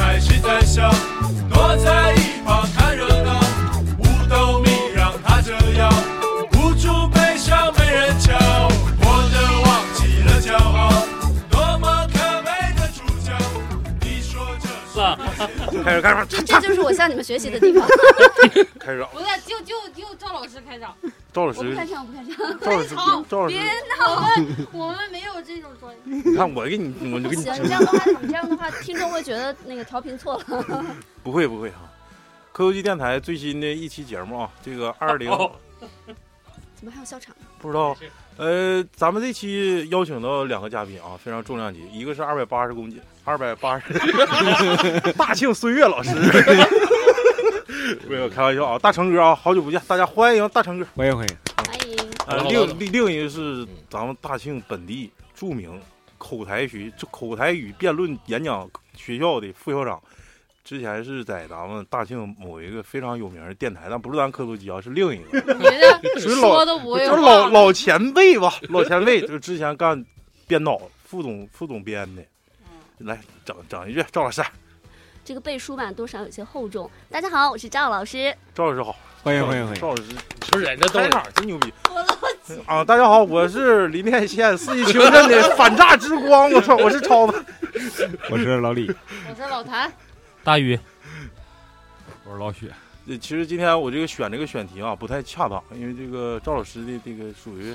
样，躲在一旁看热闹，五斗米让他折腰，无助悲伤没人瞧，活得忘记了骄傲，多么可悲的主角，你说这是开始干什么？这就是我向你们学习的地方。开始不是，就就就赵老师开场，赵老我不开师，唱，我不开唱。赵老师，赵老师别，闹，我 们我们没有这种专业。你看我给你，我就给你行，这样的话，你这样的话，听众会觉得那个调频错了。 不会不会哈。科技电台最新的一期节目啊，这个二零哦怎么还有笑场？啊不知道，呃，咱们这期邀请到两个嘉宾啊，非常重量级，一个是二百八十公斤，二百八十， 大庆岁月老师，没有开玩笑啊，大成哥啊，好久不见，大家欢迎大成哥。欢迎欢迎，欢迎。呃，好的好的另另另一个是咱们大庆本地著名口才学口才与辩论演讲学校的副校长，之前是在咱们大庆某一个非常有名的电台，但不是咱科多基啊，是另一个，你这是老说都不会就是话老。老前辈吧，老前辈，就是之前干编导、副总、副总编的。来整整一句，赵老师，这个背书吧，多少有些厚重。大家好，我是赵老师。赵老师好，欢迎赵欢迎欢迎，赵老师不是人家都开场真牛逼！啊，大家好，我是林甸县四季青镇的反诈之光，我操，我是超子。我是老李，我是老谭，大鱼，我是老许，呃其实今天我这个选这个选题啊不太恰当，因为这个赵老师的这个属于，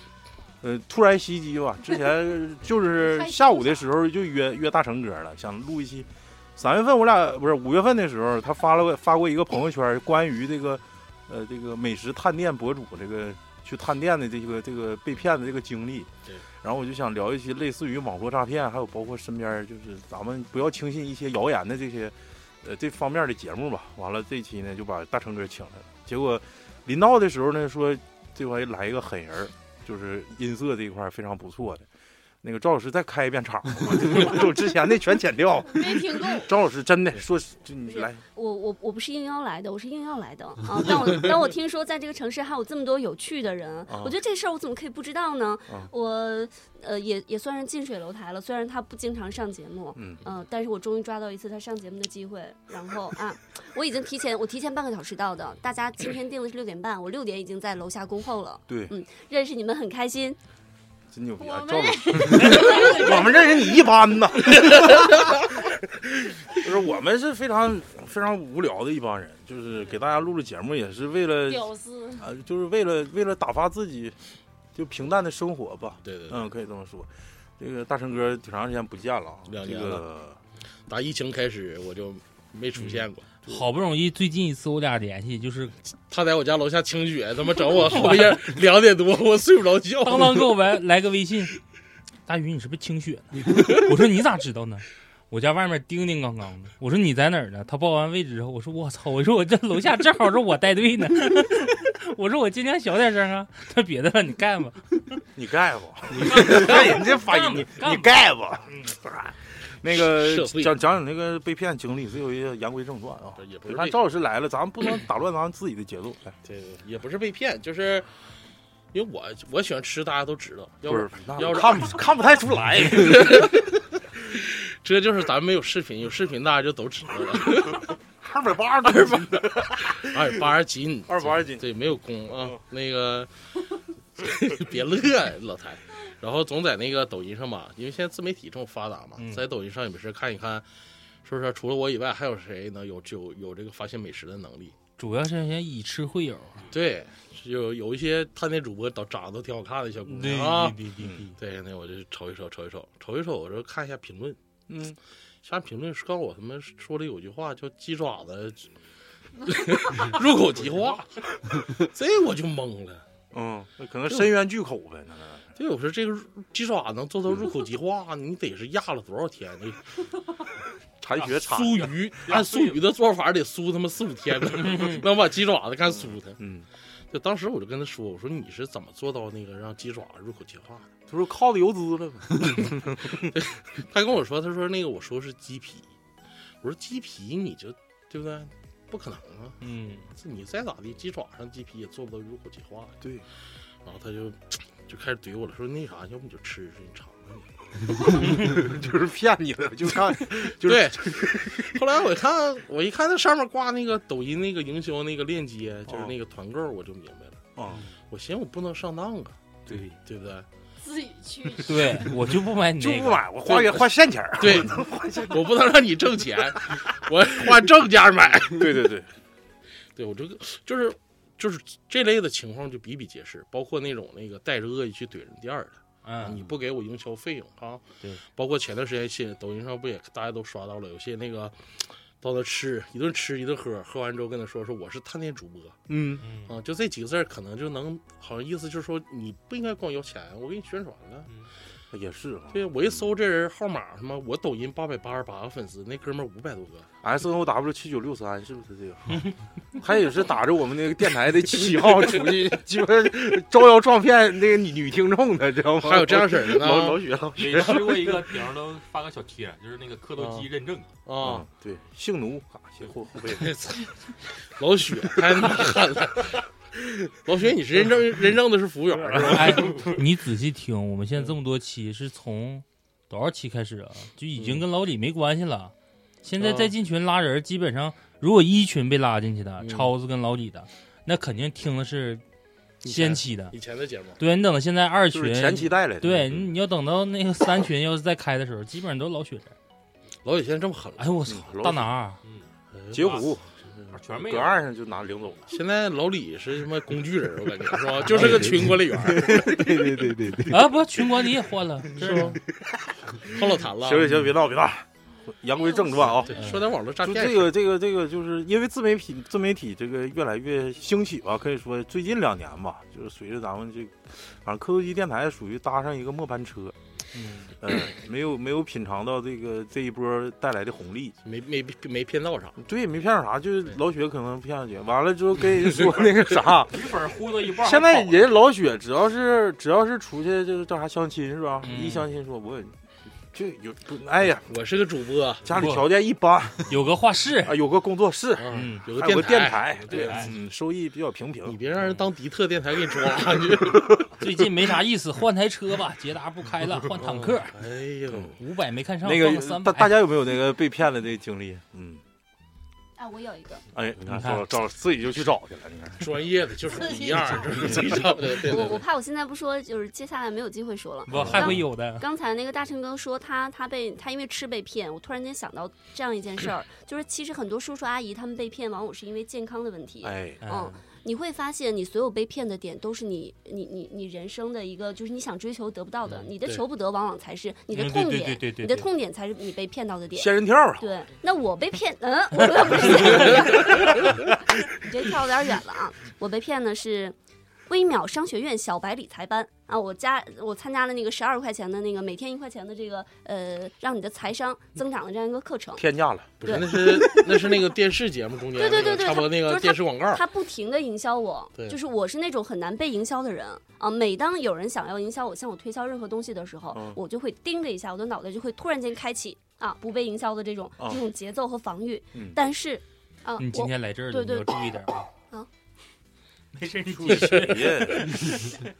呃，突然袭击吧。之前就是下午的时候就约约大成哥了，想录一期。三月份我俩不是五月份的时候，他发了个发过一个朋友圈，关于这个，呃，这个美食探店博主这个去探店的这个这个被骗的这个经历对。然后我就想聊一些类似于网络诈骗，还有包括身边就是咱们不要轻信一些谣言的这些呃这方面的节目吧。完了，这一期呢就把大成哥请来了。结果临到的时候呢，说这回来一个狠人儿，就是音色这一块儿非常不错的。那个赵老师再开一遍场， 我就之前的全剪掉。没 听够。赵老师真的说，就你来，我我我不是应邀来的，我是应邀来的啊！当我当我听说在这个城市还有这么多有趣的人，啊我觉得这事儿我怎么可以不知道呢？啊我呃也也算是近水楼台了，虽然他不经常上节目，嗯，嗯、但是我终于抓到一次他上节目的机会。然后啊，我已经提前我提前半个小时到的，大家今天定的是六点半，我六点已经在楼下恭候了。对，认识你们很开心，真牛逼啊我！们赵老师， 我们认识你一般呐， 就是我们是非常非常无聊的一帮人，就是给大家录录节目也是为了屌丝，啊，就是为了为了打发自己就平淡的生活吧。对对对，嗯，可以这么说。这个大成哥挺长时间不见了啊，两这年个打疫情开始我就没出现过。好不容易最近一次我俩联系，就是嗯他在我家楼下清雪，他妈整我后 夜两点多，我睡不着觉。当当给我来来个微信，大鱼你是不是清雪呢？ 我说你咋知道呢？我家外面叮叮当当的。我说你在哪儿呢？他报完位置之后，我说我操，我说我这楼下正好是我带队呢。 我说我尽量小点声啊。他别的了，你干吧。你盖吧，你看人家反应，你干吧你盖吧嗯。那个社讲会讲讲那个被骗经历，最后也言归正传啊。也不你是看被赵老师来了，咱们不能打乱咱们自己的节奏。哎来对，对也不是被骗，就是因为我我喜欢吃，大家都知道。要不是，那要是看不看不太出来。这就是咱们没有视频，有视频大家就都知道了。二百八，二百 二八十 斤，二八十嗯斤对，没有功啊。那个 别乐呀、老谭。然后总在那个抖音上吧，因为现在自媒体这么发达嘛，嗯在抖音上也没事看一看，说说除了我以外，还有谁能有有有这个发现美食的能力？主要是先以吃会友。啊对，有有一些探店主播长长得挺好看的小姑对娘啊，对对对，对，那我就瞅一瞅，瞅一瞅，瞅一瞅，我就看一下评论，嗯，下面评论是告诉我他们说的有句话叫“鸡爪 子入口即化”，这我就懵了。嗯，那可能深渊巨口呗，那是对，我说这个鸡爪能做到入口即化， 你得是压了多少天？你产学差。 酥鱼，按酥鱼的做法得酥他妈四五天 呢，能把鸡爪子干酥它。嗯，就当时我就跟他说，我说你是怎么做到那个让鸡爪入口即化的？ 他说靠的油资了呗。他跟我说，他说那个我说是鸡皮，我说鸡皮你就对不对？不可能啊！嗯，这你再咋地，鸡爪上鸡皮也做不到入口即化呀。对，然后他就就开始怼我了，说那啥，要不你就吃吃，你尝尝去。就是骗你的，就看就是对， 后来我看，我一看那上面挂那个抖音那个营销那个链接，就是那个团购，我就明白了。啊，我寻思我不能上当啊，对，对不对？自己 去对我就不买你就那不个，买，我花钱花现钱儿。 对，我不能让你挣钱，我花正价买。对对对，对我这个就是就是这类的情况就比比皆是，包括那种那个带着恶意去怼人店儿的。你嗯，不给我营销费用啊？对，包括前段时间新抖音上不也大家都刷到了，有些那个到那吃一顿吃一顿喝，喝完之后跟他说说我是探店主播嗯，嗯啊，就这几个字儿可能就能好像意思就是说你不应该光要钱，我给你宣传了。 也是啊。对我一搜这人号码，他妈我抖音八百八十八个粉丝，那哥们儿五百多个， S N O W 七九六三是不是这个？ 他也是打着我们那个电台的旗号出去，鸡巴招摇撞骗那个女女听众的，知道吗？ 还有这样式儿的啊老老呢许啊老许也吃过一个，顶上都发个小贴，就是那个刻度机认证。啊！，对，性奴啊，先后后背，老许太狠了，老许你是认证认证的是服务员儿啊？ 哎，你仔细听，我们现在这么多期是从多少期开始啊？就已经跟老李没关系嗯了。现在再进群拉人，基本上如果一群被拉进去的，嗯超子跟老李的，那肯定听的是先期的。以前的节目。对你等到现在二就群，是前期带来的。对，你你要等到那个三群要是再开的时候，基本上都是老雪人。老许现在这么狠了，哎呦我操嗯，老大啊拿，嗯，截胡，全没搁有。岸上就拿领走 了。现在老李是什么工具人，我感觉是 吧？就是个群管理员，哎对对对对对，啊，不，群管理也 换了，是吧？换老谭了。行行行，别闹别闹，言归正传啊。对，说点网络诈就骗。这个这个这个，就是因为自媒体自媒体这个越来越兴起吧，可以说最近两年吧，就是随着咱们这，反正科技电台属于搭上一个末班车，嗯，呃，没有没有品尝到这个这一波带来的红利，没没没骗到啥，对，没骗上啥，就是老雪可能骗上去，完了之后跟人说那个啥，驴粉忽悠一半， 现在人老雪只要是只要是出去就是叫啥相亲是吧？嗯一相亲说我就有不，哎呀，我是个主播啊，家里条件一般有个 画室，啊，有个工作室，嗯啊有还个有个电电台，对对，，嗯，收益比较平平你。别让人当敌特电台给你抓去。最近没啥意思，换台车吧，捷达不开了，换坦克，嗯 哎呦，五百没看上，那换个三大大百。家有没有那个被骗的这个经历？嗯，啊，我有一个，哎，你看看找找自己就去找去了，你看，专业的就是不一样，这是 最差的。对我对我对，怕我现在不说，就是接下来没有机会说了。不还会有的，刚才那个大成哥说他他被他因为吃被骗，我突然间想到这样一件 事儿，就是其实很多叔叔阿姨他们被骗，往往是因为健康的问题。哎，嗯，你会发现，你所有被骗的点都是你你你你人生的一个，就是你想追求得不到的，你的对求不得，往往才是你的嗯对痛对对点对，对你的对痛点才是你被骗到的点。仙人跳啊，对，那我被骗，嗯，我 我不是，你这跳有点远了啊！我被骗的是微秒商学院小白理财班啊，我加我参加了那个十二块钱的那个每天一块钱的这个呃，让你的财商增长的这样一个课程。天价了，不是那是那是那个电视节目中间，对对对对插播那他个就是他电视广告。他不停的营销我，对就是我是那种很难被营销的人啊。每当有人想要营销我、向我推销任何东西的时候，嗯我就会叮的一下，我的脑袋就会突然间开启啊不被营销的这种、哦这种节奏和防御。嗯但是啊，你嗯今我天来这儿了，对你对要注意点啊。啊，没事，你继续。耶，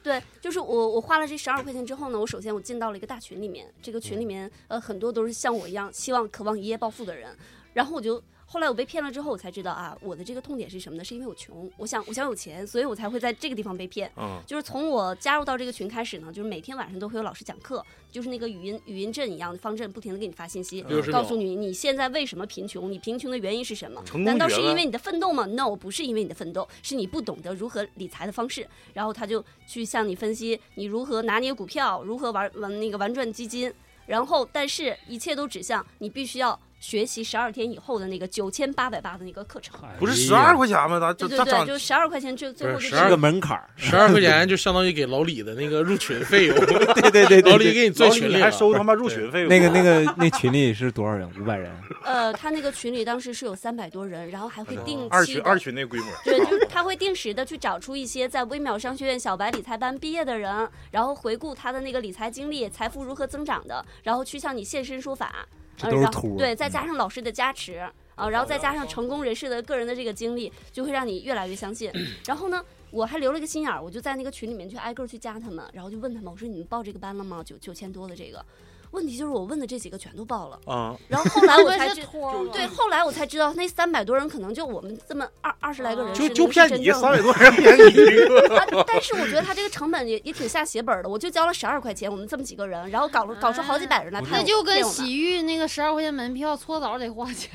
对，就是我我花了这十二块钱之后呢，我首先我进到了一个大群里面，这个群里面呃很多都是像我一样希望渴望一夜暴富的人，然后我就。后来我被骗了之后，我才知道啊，我的这个痛点是什么呢？是因为我穷，我想我想有钱，所以我才会在这个地方被骗。嗯，就是从我加入到这个群开始呢，就是每天晚上都会有老师讲课，就是那个语音语音阵一样的方阵，不停的给你发信息， 60秒告诉你你现在为什么贫穷，你贫穷的原因是什么？成功难道学是呗因为你的奋斗吗？No，不是因为你的奋斗，是你不懂得如何理财的方式。然后他就去向你分析你如何拿捏股票，如何玩玩那个玩转基金，然后但是一切都指向你必须要学习十二天以后的那个九千八百八的那个课程。哎不是十二块钱吗？咱这对对这对，涨就十二块钱，最最后不就是只这12个门槛儿，十二块钱就相当于给老李的那个入群费用， 对对对老李给你做群你里还了收他妈入群费用？那个那个那群里是多少人？五 百人，呃，他那个群里当时是有三百多人，然后哎还会定二期群的，二群那规模，对，就是他会定时的去找出一些在微秒商学院小白理财班毕业的人，然后回顾他的那个理财经历、财富如何增长的，然后去向你现身说法，这呃、都是然后图儿对，再加上老师的加持啊，然后再加上成功人士的个人的这个经历，就会让你越来越 相信。然后呢？我还留了个心眼儿，我就在那个群里面去挨个儿去加他们，然后就问他们，我说你们报这个班了吗？九九千多的这个，问题就是我问的这几个全都报了，啊，然后后来我这才是知。托儿吗对，后来我才知道那三百多人可能就我们这么二二十来个人哦就是能就是骗真你正三百多人骗 你一个，啊，但是我觉得他这个成本也也挺下血本的，我就交了十二块钱，我们这么几个人，然后搞了搞出好几百人来啊看我，那就跟骗我们洗浴那个十二块钱门票搓澡得花 钱，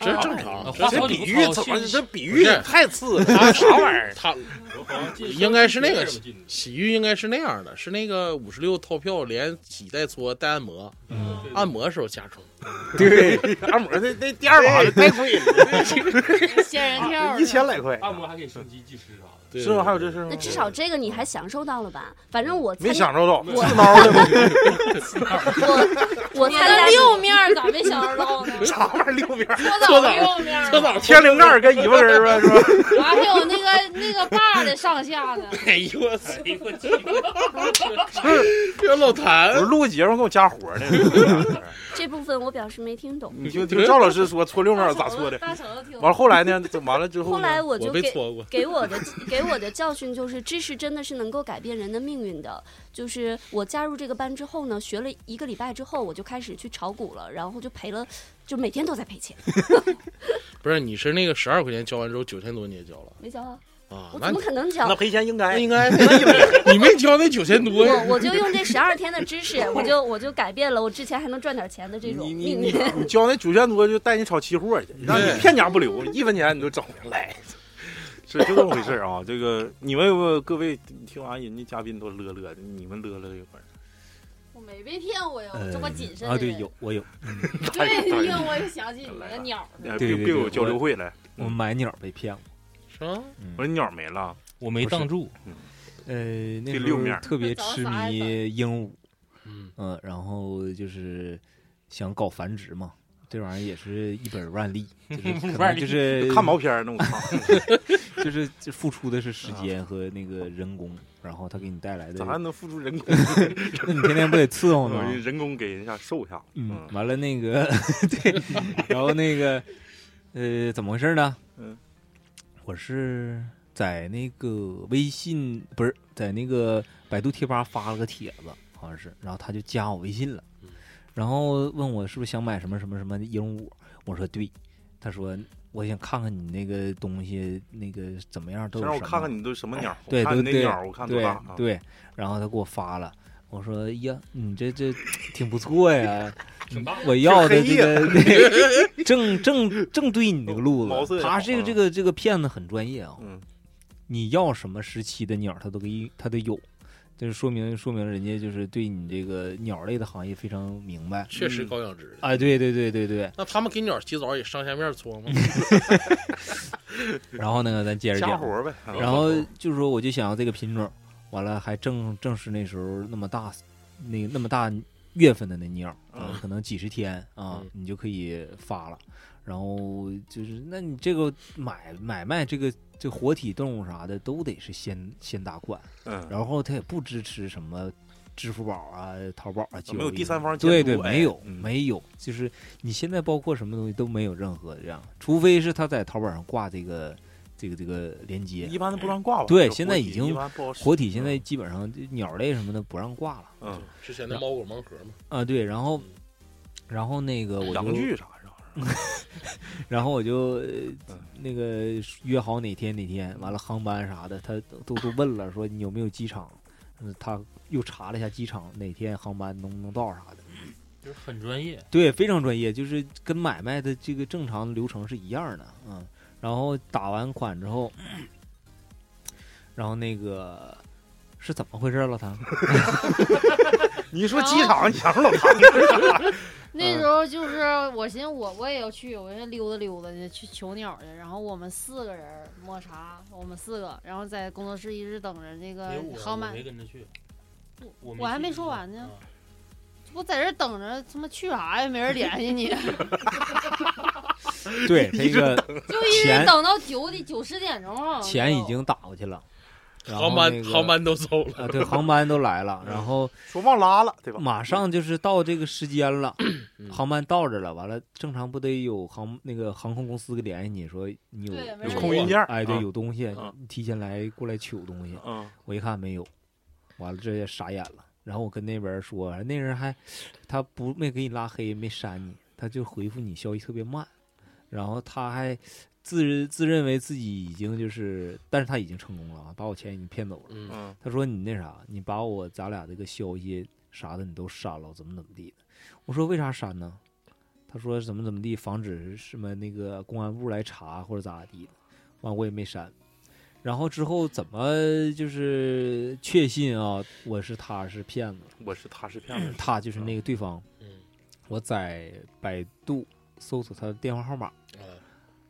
这啊正常，花这草比礼喻不怎讨么现这比喻也太次了？他啥玩意儿？他应该是那个洗浴应该是那样的，是那个五十六套票连洗带搓带按摩，按摩时候加充，对，按摩那那第二把的太贵 了，仙人啊跳儿一千来块，按摩还可以升级技师啥的，对是吗？还有这事儿吗那？至少这个你还享受到了吧？反正我参没享受到，我自挠的吗？我我你参加的六面儿咋没想到呢？啥玩意儿六边儿？搓澡六面儿，搓澡天灵盖儿跟一个人呗，是吧？还有那个那个把儿的上下的，哎呦我操！哎呦我去！这老我谭，录节目给我加活儿 呢， 这部分我表示没听懂。你就听赵老师说搓六面咋搓的，大橙子挺完了后来呢？完了之后后呢？来我我就被给。搓过给我的 给我的教训就是，知识真的是能够改变人的命运的。就是我加入这个班之后呢，学了一个礼拜之后，我就开始去炒股了，然后就赔了，就每天都在赔钱，不是，你是那个十二块钱交完之后九千多你也交了没交啊，啊我？那怎么可能交那？赔钱应那该应该你没交那九千多呀我？我就用这十二天的知识，我就我就改变了我之前还能赚点钱的这种你你命你运。你交那九千多就带你炒期货去，让你片家不留，一分钱你都整不来。是就这么回事啊，这个你们有没有各位听完人家嘉宾都乐乐的，你们乐乐一会儿，我没被骗过呀，我这么谨慎啊，的对，人。有我有， 对，你看我又想起你们的鸟儿了。呃对别对别对有交流会来。我买鸟被骗了。是吗？我说鸟没了，我没当住，呃，这那时六候面儿特别早痴撒呀迷鹦鹉，嗯，嗯，然后就是想搞繁殖嘛，这玩意儿也是一本万利，就是可万能利就是看毛片儿呢，我操！就是就付出的是时间和那个人工，然后他给你带来的咋，还能付出 人工？那你天天不得伺候吗？人工给人家瘦一下，嗯嗯，，完了那个 对，然后那个呃，怎么回事呢？嗯，我是在那个微信不是在那个百度贴吧发了个帖子，好像是，然后他就加我微信了嗯，然后问我是不是想买什么什么什么的鹦鹉，我说对，他说我想看看你那个东西那个怎么样都先有让我什么看看你都什么鸟，对，看都你那对鸟，我看多对大啊？对，然后他给我发了，我说哎呀，你这这挺不错呀，挺大我要的黑这夜个 对正正正对你这个毛色路子，也他好这啊个这个这个骗子很专业啊，嗯，你要什么时期的鸟，他都给你他都有。就是说明说明人家就是对你这个鸟类的行业非常明白确实嗯高养殖的。啊，对对对对对。那他们给鸟洗澡也上下面搓 吗？然后呢，咱接着瞎讲活，儿呗。 嗯然后就是说，我就想要这个品种，完了还正正是那时候那么大，那那么大月份的那鸟，啊嗯，可能几十天啊嗯，你就可以发了。然后就是，那你这个买买卖这个这活体动物啥的都得是先先打款，嗯，然后它也不支持什么支付宝啊、淘宝啊，没有交易第三方监督，对对，哎没有、嗯没有，就是你现在包括什么东西都没有任何这样，除非是他在淘宝上挂这个这个这个链接。一般都不让挂吧？对这活现在体已经一般不好使活体现在基本上就鸟类什么的不让挂了嗯，之前的猫狗盲盒嘛，啊，对，然后然后那个我洋就剧啥 啥，然后我就、呃嗯那个约好哪天哪天，完了航班啥的，他都都问了，说你有没有机场，嗯他又查了一下机场哪天航班能不能到啥的，就是很专业。对，非常专业，就是跟买卖的这个正常流程是一样的，嗯。然后打完款之后，然后那个是怎么回事儿，老 谭？你说然机后场，你想说老唐，那嗯时候就是我寻思我我也要去，我先溜达溜达去去求鸟去。然后我们四个人抹茶，我们四个，然后在工作室一直等着那个没我，我航班没，跟着去，我我还没去说完呢啊我在这儿等着，他妈去啥呀？没人联系你，对，这个就一直钱等到九点九十点钟啊了。钱已经打过去了，然后航班那个航班都走了。啊，对，航班都来了，然后说忘拉了，对吧？马上就是到这个时间了，嗯航班到这了，完了正常不得有航那个航空公司给联系你说你有对没有人空运件儿哎，对，啊有东西啊，你提前来过来取东西，嗯，我一看没有，完了这也傻眼了。然后我跟那边说，哎那人还他不没给你拉黑，没删你，他就回复你消息特别慢，然后他还自自认为自己已经就是，但是他已经成功了啊，把我钱已经骗走了。嗯，嗯，他说你那啥，你把我咱俩这个消息啥的你都删了，怎么怎么地的。我说为啥删呢？他说怎么怎么地，防止什么那个公安部来查或者咋地的。完我也没删。然后之后怎么就是确信啊，我是他是骗子，我是嗯他是骗子，他就是那个对方。嗯我在百度搜索他的电话号码，啊，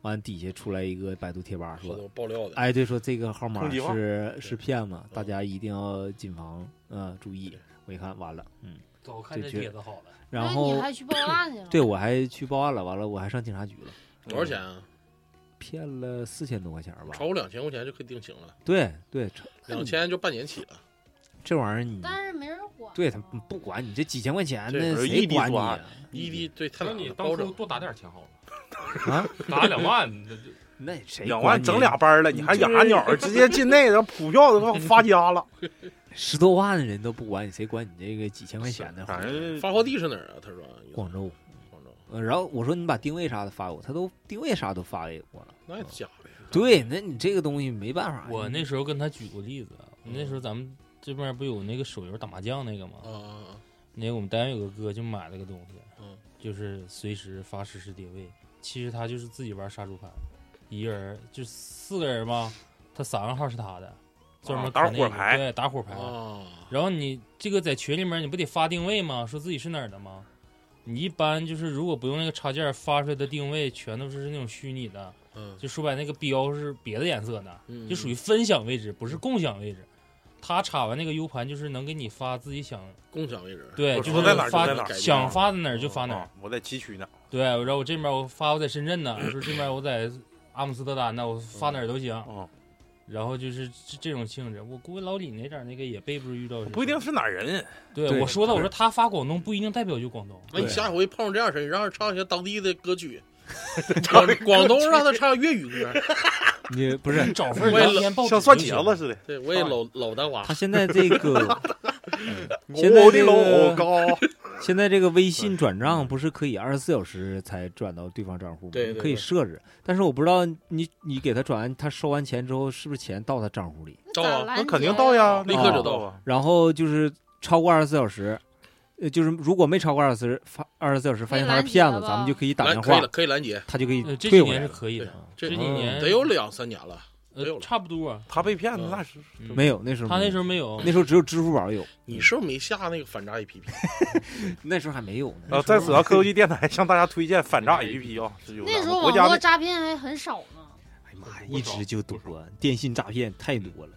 完底下出来一个嗯百度贴吧说说都爆料的，哎，对，说这个号码通缉号是对是骗子，嗯大家一定要谨防，嗯，注意对。我一看，完了，嗯，早看这帖子好了，然那你后还去报案去了？ 对我还去报案了，完了我还上警察局了，多少钱啊？骗了四千多块钱嗯吧超？过两千块钱就可以定情了，对对，超两千就半年起了。这玩意儿你但是没人管啊。对他们不管你这几千块钱，这那是谁异地管你作啊案？异地对太那难你了，当包初拯多打点钱好了，啊，打两万，这这那谁两管万你整俩班了，你还养啥鸟儿？直接进那个普票都发家了，十多万的人都不管你，谁管你这个几千块钱的活反儿？正发货地是哪儿啊？他说广州，广州，呃然后我说你把定位啥的发给我，他都定位啥都发给我了。那也假的呀。对，那你这个东西没办法。我你那时候跟他举过例子，那时候咱们这边不有那个手游打麻将那个吗？啊啊那个我们单位有个哥就买了个东西，嗯就是随时发实时定位。其实他就是自己玩杀猪盘，一个人就四个人吧，他三个号是他的，专门、啊打火牌对，打火牌。啊啊！然后你这个在群里面你不得发定位吗？说自己是哪儿的吗？你一般就是如果不用那个插件发出来的定位，全都是那种虚拟的，嗯，就说白那个标是别的颜色的，嗯就属于分享位置，不是共享位置。他插完那个 U 盘，就是能给你发自己想共享位置。对，我就说是在哪儿就发在哪儿想发在哪儿就发哪儿啊。我在崎岖呢，对，然后我这边我发我在深 圳呢，说这边我在阿姆斯特丹呢，我发哪儿都行。嗯，然后就是这这种性质，我估计老李那点儿那个也被不是遇到是不一定是哪儿人，对对我说的，我说他发广东不一定代表就广东，哎那你对下回碰上这样事儿，你让他唱一些当地的歌 曲，广广东让他唱粤语歌。你 不是找份儿我也聊天报纸像蒜就行茄子似的。对，我也老老丹华 他。现在这个嗯现在我哦的这老个高，现在这个微信转账不是可以二十四小时才转到对方账户吗？对对对可以设置。但是我不知道你你给他转完，他收完钱之后是不是钱到他账户里？那到咋啊拦那截肯定到呀，立刻就到啊。然后就是超过二十四小时，呃，就是如果没超过二十四发二十四小时，发现他是骗子，被拦截了吧咱们就可以打拦电可以话了，，可以拦截，他就可以呃，这退几回年来是了。可以的，这这几嗯年得有两三年了。呃得有了差不多啊。他被骗嗯的那是，嗯没有，那时候他没那有时候没有，那时候只有支付宝有，你是不是没下那个反诈 APP？那时候还没有呢。呃，在此啊，科技电台向大家推荐反诈 APP 啊，是有的那时候国网家络的诈骗还很少呢。哎呀妈呀，一直就多，电信诈骗太多了。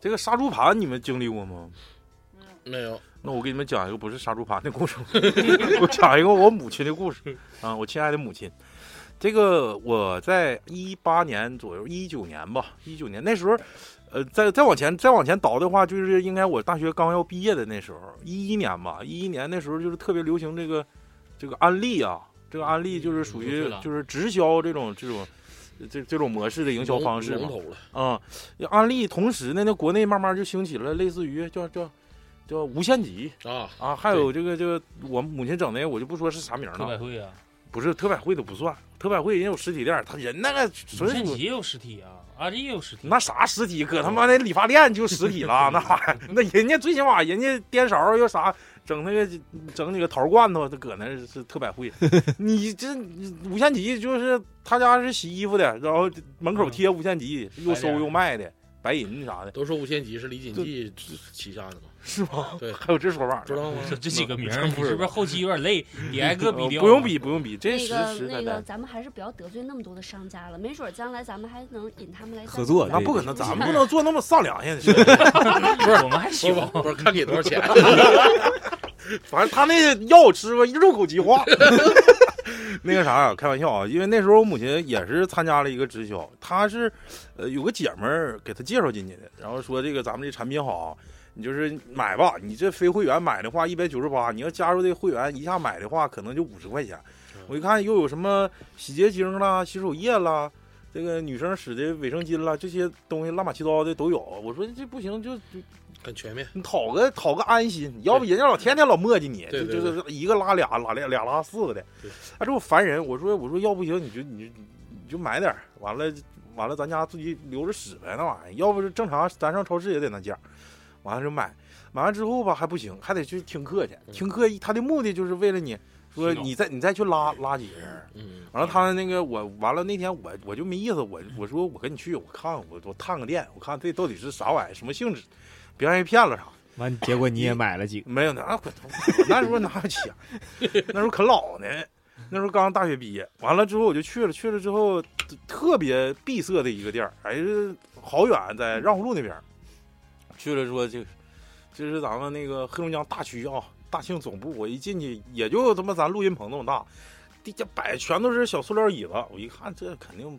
这个杀猪盘，你们经历过吗？ 没有，那我给你们讲一个不是杀猪盘的故事，我讲一个我母亲的故事啊，我亲爱的母亲。这个我在一八年左右，一九年吧，一九年那时候，呃，再再往前再往前倒的话，就是应该我大学刚要毕业的那时候，一一年吧，一一年那时候就是特别流行这个这个安利啊，这个安利就是属嗯于是的就是直销这种这种这这种模式的营销方式嘛龙，头了。啊、安利同时呢，那国内慢慢就兴起了类似于叫叫叫无限极啊，啊，还有这个这个我母亲整的，我就不说是啥名特百了，惠啊，不是特百惠都不算，特百惠人有实体店，他人那个无纯线属极也有实体啊，阿丽也有实体，那啥实体，搁他妈那理发店就实体 了，那玩意儿，那人家最起码人家颠勺又啥，整那个整几个桃罐头，搁那是特百 惠。你这无限极就是他家是洗衣服的，然后门嗯口贴无限极，又收又卖的，白银啥的。都说无限极是李锦记旗下的嘛，是吗？对还有这说法知道吗？这这几个名儿，嗯你是不是后期有点累？你挨个呃比掉，啊不用比，不用比，这那实个实在那个，在。咱们还是不要得罪那么多的商家了，没准儿将来咱们还能引他们来合作那对不可能，咱们是不能做那么丧良心的事。我们还行不。是 不是，看给多少钱？ 反正他那药吃吧，入口即化。 那个啥、开玩笑啊，因为那时候我母亲也是参加了一个直销，她是，呃，有个姐们儿给她介绍进去的，然后说这个咱们这产品好，你就是买吧，你这非会员买的话一百九十八，你要加入这个会员一下买的话可能就五十块钱。我一看又有什么洗洁精啦、洗手液啦，这个女生使的卫生巾啦，这些东西乱七八糟的都有。我说这不行，就就很全面。你讨个讨个安心，要不人家老天天老磨叽你，对就对就是一个拉俩，拉俩俩拉四个的对，啊，这不烦人。我说我说要不行你就你就你就买点儿，完了完了咱家自己留着使呗那玩意儿，要不是正常咱上超市也得那价儿，完了就买，买完之后吧还不行，还得去听课去，嗯听课一他的目的就是为了你说洗脑你再你再去拉拉几个人儿。嗯，完了，他那个我完了那天我我就没意思，我我说我跟你去，我看我我探个店，我看这到底是啥玩意儿，什么性质，别让人骗了啥。完，结果你也买了几个，没有那滚犊子，那时候哪有钱？那时候可老 呢，那时候刚大学毕业。完了之后我就去了，去了之后特特别闭塞的一个店儿，哎，这好远，在让胡路那边儿。去了说这个，这是咱们那个黑龙江大区啊，大庆总部。我一进去，也就他妈咱录音棚那么大，地下摆全都是小塑料椅子。我一看，这肯定。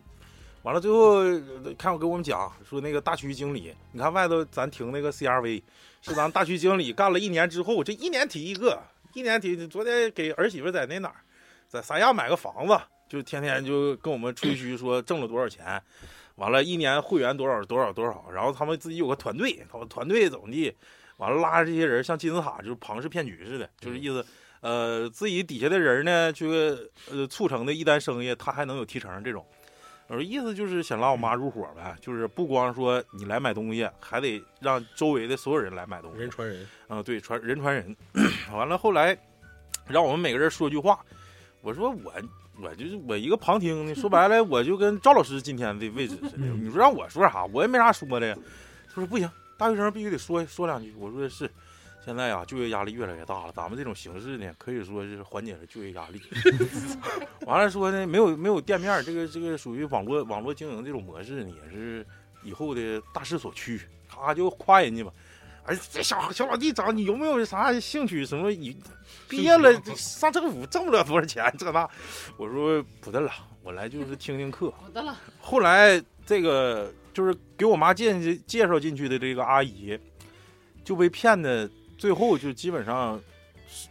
完了，最后呃看我跟我们讲说，那个大区经理，你看外头咱停那个 CRV，是咱大区经理干了一年之后，这一年提一个，一年提。昨天给儿媳妇在那哪儿，在三亚买个房子，就天天就跟我们吹嘘说挣了多少钱，完了，一年会员多少多少多少，然后他们自己有个团队，他们团队怎么地，完了拉着这些人像金字塔，就是庞氏骗局似的，就是意思。呃，自己底下的人呢，去呃促成的一单生意，他还能有提成这种，我说意思就是想拉我妈入伙呗，就是不光说你来买东西，还得让周围的所有人来买东西人。传人，啊、对，传人传人。完了后来让我们每个人说句话，我说我我就是我一个旁听的，说白了我就跟赵老师今天的位置似的。嗯你说让我说啥，我也没啥说的呀。他说不行，大学生必须得说说两句。我说是。现在呀、就业压力越来越大了，咱们这种形式呢，可以说是缓解了就业压力。 完了说呢，没有没有店面儿，这个这个属于网络网络经营这种模式呢，也是以后的大势所趋。咔、就夸人家吧，哎，这小小老弟长，你有没有啥兴趣？什么你毕业了上政府挣不了多少钱，这那。我说不得了，我来就是听听课。好的了，后来这个就是给我妈介介绍进去的这个阿姨，就被骗的，最后就基本上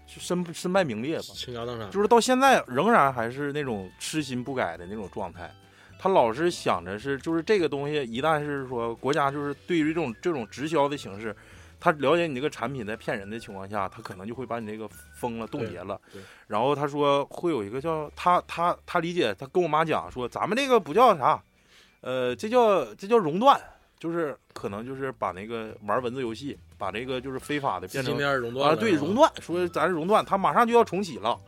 就身身败名裂吧。倾家荡产，就是到现在仍然还是那种痴心不改的那种状态。他老是想着是，就是这个东西，一旦是说国家就是对于这种这种直销的形式，他了解你这个产品在骗人的情况下，他可能就会把你这个封了、冻结了对对。然后他说会有一个叫他他他理解，他跟我妈讲说，咱们这个不叫啥，呃，这叫这叫熔断，就是可能就是把那个玩文字游戏，把这个就是非法的资变成金链熔断啊，了对，熔，断，说咱熔断，他马上就要重启了，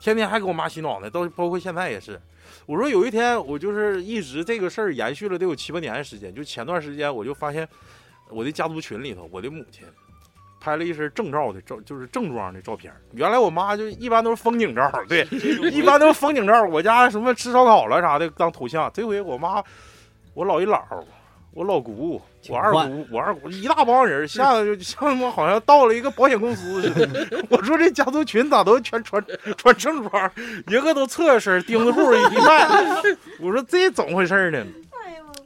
天天还给我妈洗脑呢，到包括现在也是。我说有一天我就是一直这个事儿延续了得有七八年的时间，就前段时间我就发现我的家族群里头，我的母亲拍了一身正照的照，就是正装的照片儿。原来我妈就一般都是风景照，对， 一般都是风景照。我家什么吃烧烤了啥的当头像，这回我妈，我老姨姥儿，我老姑，我二姑，我二姑一大帮人，吓得就像他妈好像到了一个保险公司似的。 我说这家族群咋都全穿穿正装，一个都侧身钉子户一迈。 我说这怎么回事儿呢？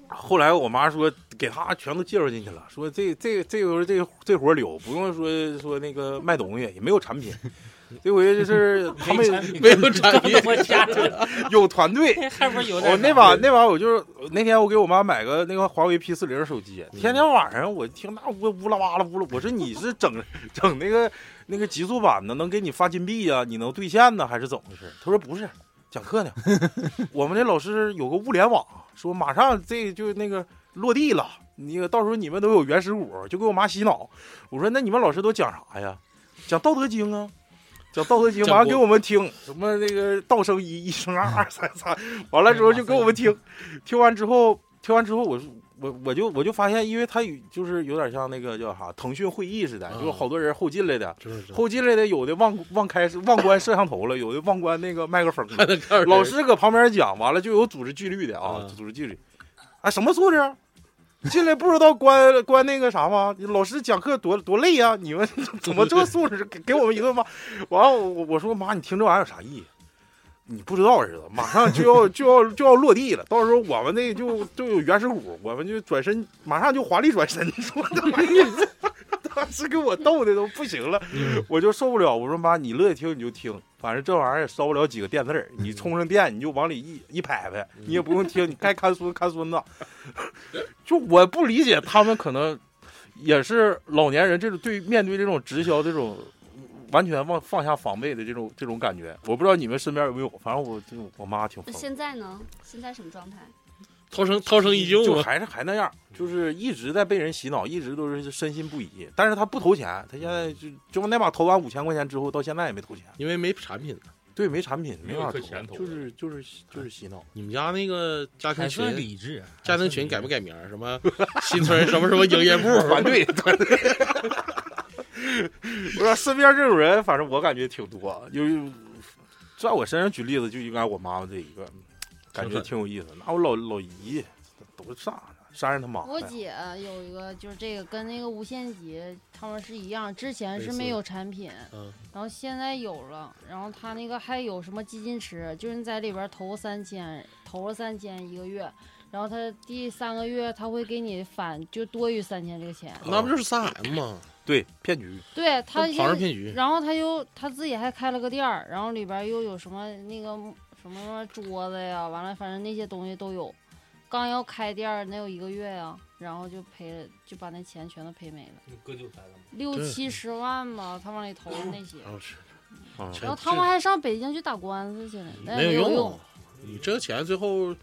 后来我妈说给她全都介绍进去了，说这这这回这这活儿溜，不用说说那个卖东西，也没有产品，这回就是他们没有产 品，我家这有团队。 还不是有哦我点哦那把那把我就是那天我给我妈买个那个华为 P 四零手机，天天晚上我听那呜呜啦哇啦呜啦，我说你是整整那个那个极速版的，能给你发金币呀、你能兑现呢，还是怎么回事？她说不是，讲课呢。 我们这老师有个物联网，说马上这就那个落地了，那个到时候你们都有原始股，就给我妈洗脑。我说那你们老师都讲啥呀？讲《道德经》啊，讲《道德经》，讲完过了给我们听什么那个道生一，一生二，二三三，完了之后就给我们 听，听完之后，听完之后我是。我我就我就发现，因为他与就是有点像那个叫啥腾讯会议似的，嗯就是好多人后进来的，就是这样后进来的有的忘忘开忘关摄像头了，有的忘关那个麦克风了，还能看着人老师搁旁边讲，完了就有组织纪律的啊，嗯组织纪律，啊，什么素质啊？进来不知道关关那个啥吗？老师讲课多多累呀、你们 怎么这素质？给给我们一顿骂。完了，我我说妈，你听这玩意儿有啥意义？你不知道儿子，马上就要就要就要落地了，到时候我们那就就有原始股，我们就转身，马上就华丽转身。说这玩意儿， 当时给我逗的都不行了，我就受不了。我说妈，你乐意听你就听，反正这玩意儿也烧不了几个电字儿，你充上电你就往里一一拍拍，你 也不用听，你该看孙看孙子。就我不理解他们可能。也是老年人这种对面对这种直销这种完全忘放下防备的这种这种感觉。我不知道你们身边有没有，反正我这种我妈挺疯那的，现在呢？现在什么状态？涛声涛声依旧就嘛，还是还那样，就是一直在被人洗脑，一直都是深信不疑。但是他不投钱，他现在就就那把投完五千块钱之后，到现在也没投钱。因为没产品。对，没产品，没有法可钱投就是就是就是洗脑。你们家那个家庭还算群，理智，家庭群改啊不改名儿？什么新村什么什么营业部？ 团队，团队。 我说身边这种人，反正我感觉挺多。有在我身上举例子，就应该我妈妈这一个，感觉挺有意思。那我老老姨都是啥呢？山上他妈我的，姐有一个，就是这个跟那个无限极他们是一样，之前类是似没有产品，嗯然后现在有了，然后她那个还有什么基金池，就是你在里边投三千，投了三千一个月，然后他第三个月他会给你返，就多余三千这个钱，那不就是三 M 吗？对骗局，对他庞氏就，骗局。然后他又他自己还开了个店儿，然后里边又有什么那个什么什么桌子呀，完了反正那些东西都有。刚要开店儿，能有一个月呀、然后就赔了，就把那钱全都赔没了。割韭菜了吗？六对嗯七十万吧，他往里投的那些。啊是啊这然后他们还上北京去打官司去了，这但没哎没有用，，啊你这钱最后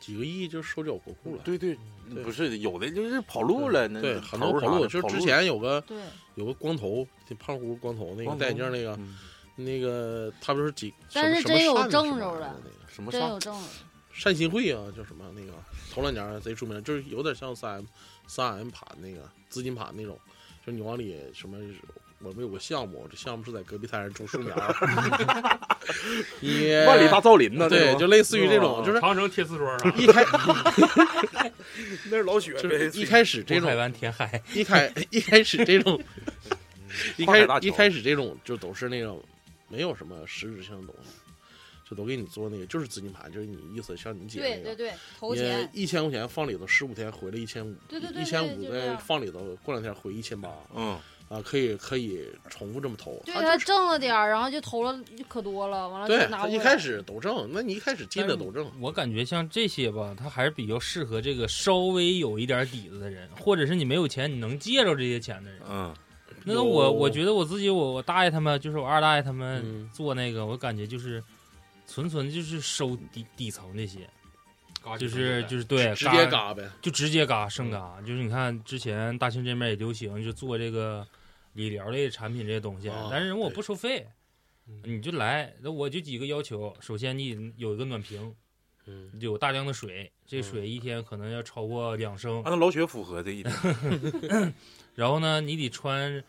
几个亿就收缴国库了。对对对，不是有的就是跑路了，那对，那很多头跑啥路，的就跑之路前有个对，有个光头，这胖乎乎光头那光头个戴眼镜那个，嗯那个他不是几？但是什么真有什么善正什么着玩意儿的那个什么真上有证了。善心会啊，叫什么那个？头两年贼出名，就是有点像三 M 三 M 盘那个资金盘那种，就是你往里什么。我们有个项目，这项目是在戈壁滩种树苗儿， 你万里大造林呢？对，就类似于这种，嗯就是哦长城贴瓷砖啊，一开那是老雪就，是一开始这渤海种，湾填海， 一开一开始这 种，一跨海开大桥一开始这种就都是那种没有什么实质性的东西，就都给你做那个，就是资金盘，就是你意思像你姐对那对个，对，投你钱。一千块钱放里头十五天回来一千五，对对对一千对五就这再样放里头，过两天回一千八嗯，啊，可以可以重复这么投，对他他啊就是挣了点儿，然后就投了可多了，完了对就拿他回一来开始都挣，那你一开始进的但是都挣，我感觉像这些吧，它还是比较适合这个稍微有一点底子的人，或者是你没有钱，你能借着这些钱的人。嗯，那我有我觉得我自己，我我大爷他们，就是我二大爷他们嗯做那个，我感觉就是纯纯就是收底底层这些，嘎就是就是对，直接嘎嘎嗯呗，就直接嘎剩嘎，就是你看之前大庆这边也流行，就做这个理疗类产品这些东西啊，但是人我对不收费嗯，你就来，那我就几个要求，首先你有一个暖瓶，嗯，有大量的水，这嗯水一天可能要超过两升，按照啊老雪符合这一 点，然后呢，你得穿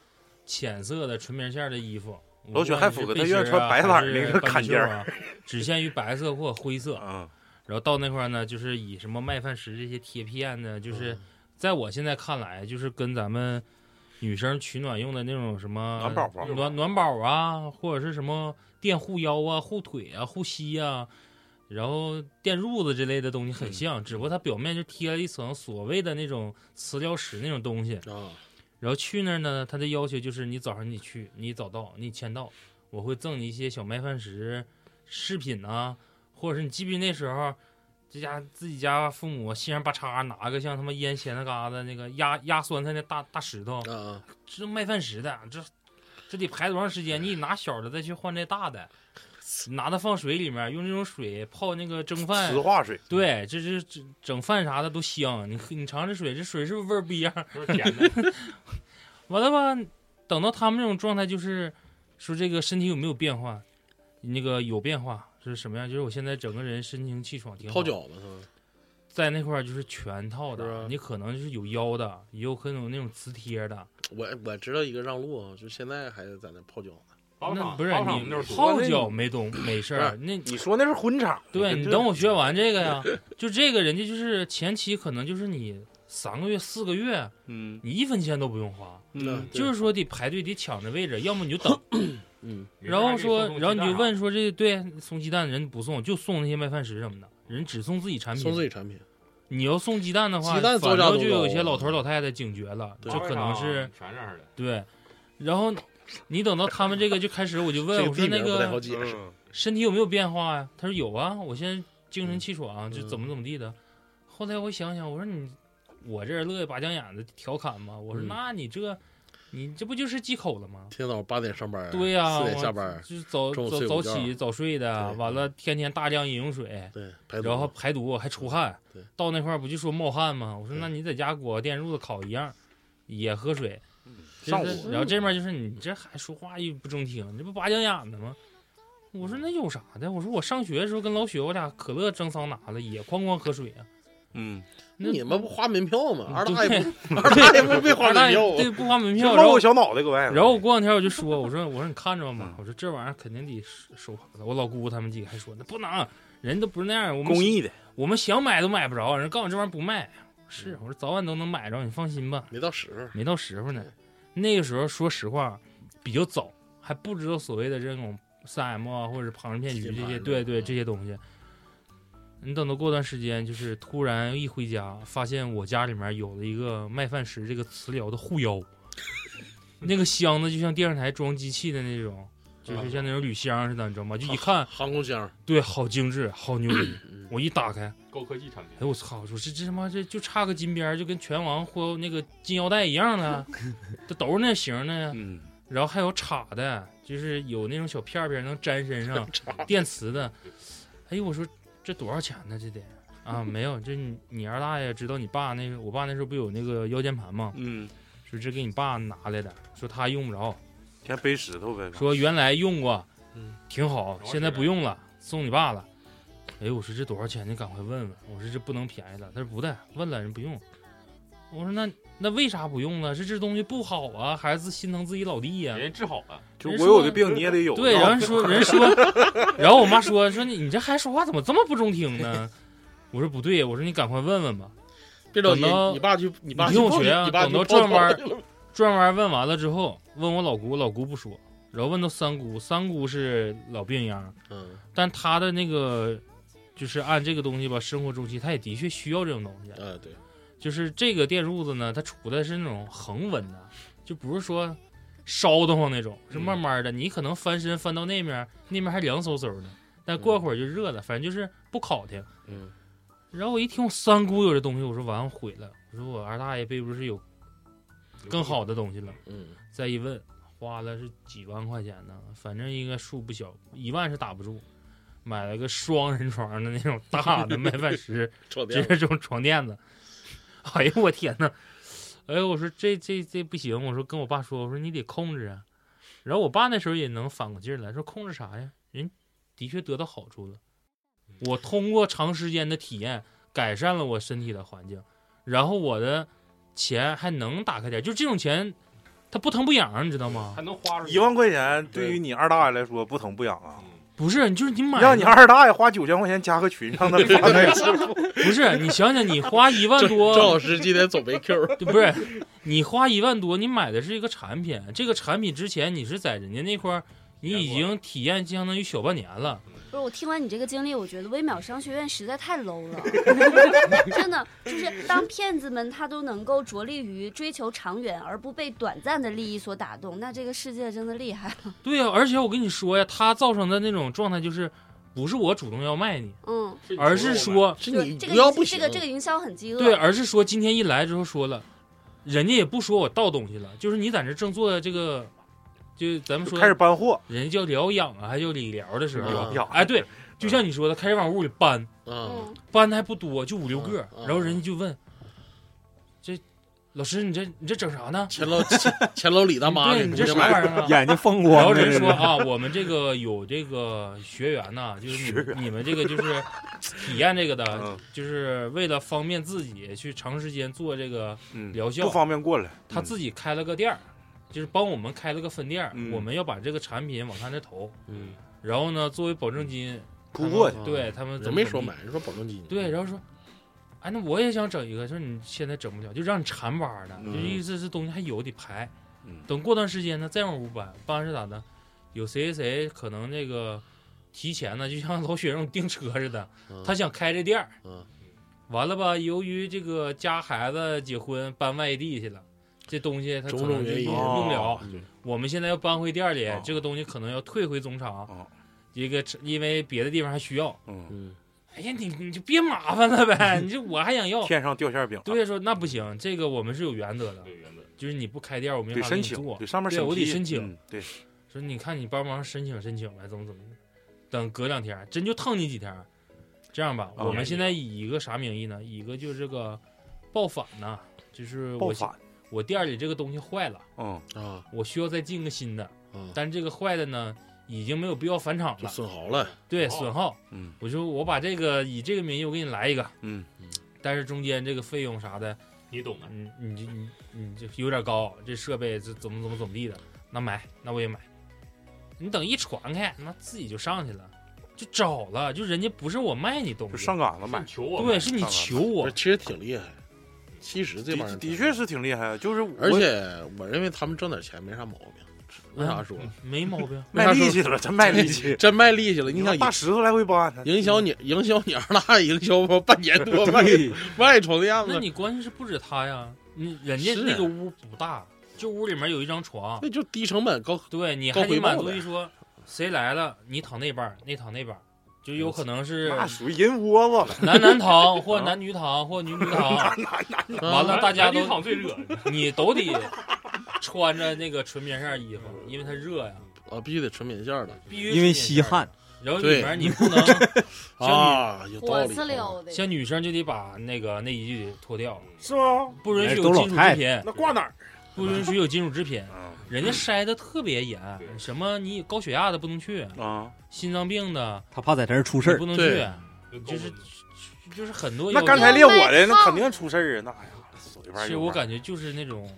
浅色的纯棉线的衣服。老雪还符合他他愿意穿白色儿那个坎肩儿啊，只限于白色或灰色。嗯，然后到那块儿呢，就是以什么麦饭石这些贴片呢，嗯就是在我现在看来，就是跟咱们女生取暖用的那种什么暖宝宝暖暖宝啊，或者是什么垫护腰啊、护腿啊、护膝啊，然后垫褥子之类的东西嗯很像，只不过它表面就贴了一层所谓的那种磁疗石那种东西。啊，然后去那儿呢，他的要求就是你早上你去，你早到，你签到，我会赠你一些小麦饭石饰品呐、或者是你记不记得那时候，这家自己家父母七上八叉拿个像他妈腌咸菜疙瘩那个压压酸菜那大大石头，啊啊，这麦饭石的，这这得排多长时间？你得拿小的再去换这大的，拿它放水里面，用这种水泡那个蒸饭磁，化水，对，这是整整饭啥的都香。你你尝这水，这水是不是味儿啊不一样？就是甜的，完了吧，等到他们这种状态，就是说这个身体有没有变化？那个有变化是什么样？就是我现在整个人神清气爽，挺好泡。脚嘛，在那块儿就是全套是的吧，你可能就是有腰的，也有可能有那种磁贴的。我我知道一个让路啊，就现在还在那泡脚呢。那不是你泡泡脚没懂没事儿，那你说那是混场，对跟你这等我学完这个呀，就这个人家就是前期可能就是你三个月四个月，嗯你一分钱都不用花，嗯啊对就是说得排队得抢着位置，要么你就等。嗯，然后说，然后你啊就问说这对送鸡蛋人不送，就送那些麦饭石什么的，人只送自己产送自品。己产品，你要送鸡蛋的话，鸡蛋反作倒战就斗有狗一些老头老太太警觉了，啊对这可能是全这样的，对。然后你等到他们这个就开始，我就这问个我说地那名不太好个嗯解释。身体有没有变化呀？他说有啊，我现在精神气爽，嗯就怎么怎么地的。后来我想想，我说你我这人乐意拔将眼的调侃嘛，我说嗯那你这你这不就是忌口了吗？天早八点上班，啊对呀、哎四我点下班，啊就是早中午早睡早午觉起早睡的，对完了天天大量饮用水，对，排毒啊然后排毒还出汗对，到那块儿不就说冒汗吗？我说对那你在家裹个电褥子烤一样，也喝水。嗯上就是火然后这面就是你这还说话又不中听，你这不拔将眼的吗？我说那有啥的？我说我上学的时候跟老雪，我俩可乐蒸桑拿了，也哐哐喝水啊。嗯，那你们不花门票吗？二大对爷不，二大爷不没花 二门大爷票啊对，不花门就票。然露后个小脑袋搁外头。然后我过两天我就说，我说我说你看着吧妈嗯，我说这玩意儿肯定得手手扒子。我老姑他们几个还说那不能，人都不是那样，我们公益的，我们想买都买不着，人告诉我这玩意儿不卖。嗯是，我说早晚都能买着，你放心吧。没到时候。没到时候呢，那个时候说实话比较早，还不知道所谓的这种三 M 啊或者是庞氏骗局拼这盘些，是吧嗯对对这些东西。你等到过段时间，就是突然一回家，发现我家里面有了一个麦饭石这个磁疗的护 腰，那个箱子就像电视台装机器的那种，就是像那种铝箱似的，你知道吗？就一看，航空箱，对，好精致，好牛逼。啊嗯我一打开，高科技产品哎，我操！我说这这他妈这就差个金边儿，就跟拳王或那个金腰带一样的，这都是那型儿的。嗯，然后还有插的，就是有那种小片片儿能粘身上，电磁的。哎呦，我说这多少钱呢？这得啊，没有，这你你二大爷知道你爸那个，我爸那时候不有那个腰间盘吗？嗯，说这给你爸拿来的，说他用不着，先背石头呗。说原来用过嗯，挺好，挺好现在使不用了，送你爸了。哎，我说这多少钱？你赶快问问。我说这不能便宜了。他说不的，问了人不用。我说那那为啥不用了？是这东西不好啊，还是心疼自己老弟呀、人家治好了，就人我有说的病你也得有。对，然后说人说，然后我妈说说你你这孩子说话怎么这么不中听呢？我说不对，我说你赶快问问吧。别着急等到，你爸去，你爸你去听我报学啊你爸去等到报转弯儿道去了转弯问完了之后，问我老姑，老姑不说，然后问到三姑，三姑是老病秧儿，嗯，但她的那个就是按这个东西吧，生活周期，她也的确需要这种东西。啊，对，就是这个电褥子呢，它出的是那种恒温的，就不是说烧得慌那种，是慢慢的。你可能翻身翻到那面，那面还凉飕飕的，但过会儿就热了，反正就是不烤挺。嗯，然后我一听我三姑有这东西，我说完我毁了，我说我二大爷背不是有更好的东西了？嗯，再一问，花了是几万块钱呢，反正应该数不小，一万是打不住。买了个双人床的那种大的麦饭石，床就垫是这种床垫子。哎呦我天呐！哎呦我说这这这不行，我说跟我爸说，我说你得控制啊。然后我爸那时候也能反过劲儿来，说控制啥呀？人的确得到好处了。我通过长时间的体验，改善了我身体的环境，然后我的钱还能打开点儿，就这种钱，它不疼不痒，你知道吗还？能花出去一万块钱对于你二大爷来说不疼不痒啊，嗯不是，你就是你买让的你二大爷花九千块钱加个群，让他发那个不是你想想，你花一万多，郑老师今天总没 Q，对，不是，你花一万多，你买的是一个产品，这个产品之前你是在人家那块儿，你已经体验相当于小半年了。不是我听完你这个经历，我觉得微秒商学院实在太 low 了，真的就是当骗子们他都能够着力于追求长远，而不被短暂的利益所打动，那这个世界真的厉害。对呀、而且我跟你说呀，他造成的那种状态就是，不是我主动要卖你，嗯，是你而 是求我说，是就你这不要个不这行，个这个营销很饥饿。啊对，啊而是说今天一来之后说了，人家也不说我盗东西了，就是你在这正做这个，就咱们就说 开始搬货，人家叫疗养啊，还叫理疗的时候，嗯呀，哎，对，就像你说的，开始往屋里搬，嗯，嗯，搬的还不多，就五六个，嗯嗯然后人家就问，这老师你这你这整啥呢？前老 前前老李大妈对给你姑这啥娘玩意买，儿啊？ 眼睛放然后光了。人这说是啊，我们这个有这个学员呐、就是你们你们这个就是体验这个的嗯，就是为了方便自己去长时间做这个，嗯，疗效不方便过来，嗯他自己开了个店儿，就是帮我们开了个分店儿，嗯我们要把这个产品往他那投，嗯，然后呢作为保证金铺货去，对他们啊人怎么没说怎么买，人说保证金，对，然后说，哎，那我也想整一个，就是你现在整不了，就让你馋巴儿的，嗯就意思是东西还有得排，嗯等过段时间呢再往屋搬，搬是咋的？有谁谁谁可能那个提前呢，就像老雪这种订车似的，嗯他想开这店儿，嗯完了吧，由于这个家孩子结婚搬外地去了。这东西他可种种能就原因用哦用不了，嗯我们现在要搬回店儿里，哦这个东西可能要退回总厂哦，一个因为别的地方还需要，嗯，嗯，哎呀，你你就别麻烦了呗，你这我还想要。天上掉馅饼啊，对，说那不行，这个我们是有原则的，对原本就是你不开店，我没得法给申你请，做对。上面对审我得批申请嗯对，说你看你帮忙申请申请呗，怎么怎么的，等隔两天真就烫你几天。这样吧，啊我们现在以一个啥名义呢？以一个就是这个爆反呐，就是爆我反，我店里这个东西坏了，嗯，啊我需要再进个新的，啊，但这个坏的呢已经没有必要返厂就了，损耗了，对损耗损耗。嗯，我说我把这个以这个名义我给你来一个，嗯，但是中间这个费用啥的，你懂的，你你就你你就有点高，这设备这怎么怎么怎么地的，那买那我也买。你等一传开，那自己就上去了，就找了，就人家不是我卖你东就西，上岗了买你，求我对，是你上岗求我这，其实挺厉害。其实这帮的人的确，是挺厉害的，就是我，而且我认为他们挣点钱没啥毛病。为啥说？嗯没毛病卖力气了，真卖力 气。真卖力气了，你你想看大嗯石头来回扒他，营 销你营销你二大营销吧，半年多卖卖床垫那子，你关键是不止他呀，你人家是那啊个屋不大，就屋里面有一张床，那就低成本高对，你高还回得满报足呗于说谁来了，你躺那边儿，那躺那边儿，就有可能是那属于人窝子了。男男躺或啊男女躺或女女 躺，完完了大家男都女躺 最热，你都得穿着那个纯棉线衣服，因为它热呀，啊，必须得纯棉线儿的必须因纯为棉线稀汗，然后对里面你不能啊，有道火理是。溜的，像女生就得把那个内衣就得脱掉，是吗？不允许哎都有老金属太制品，那挂哪儿？不允许有金属制品。啊人家筛的特别严，对什么你高血压的不能去，啊，心脏病的他怕在这儿出事也儿不。能对去，就是就是很多那要刚求才列我的，那肯定出事儿啊！那哎呀，手一其半实一我半感觉就是那种，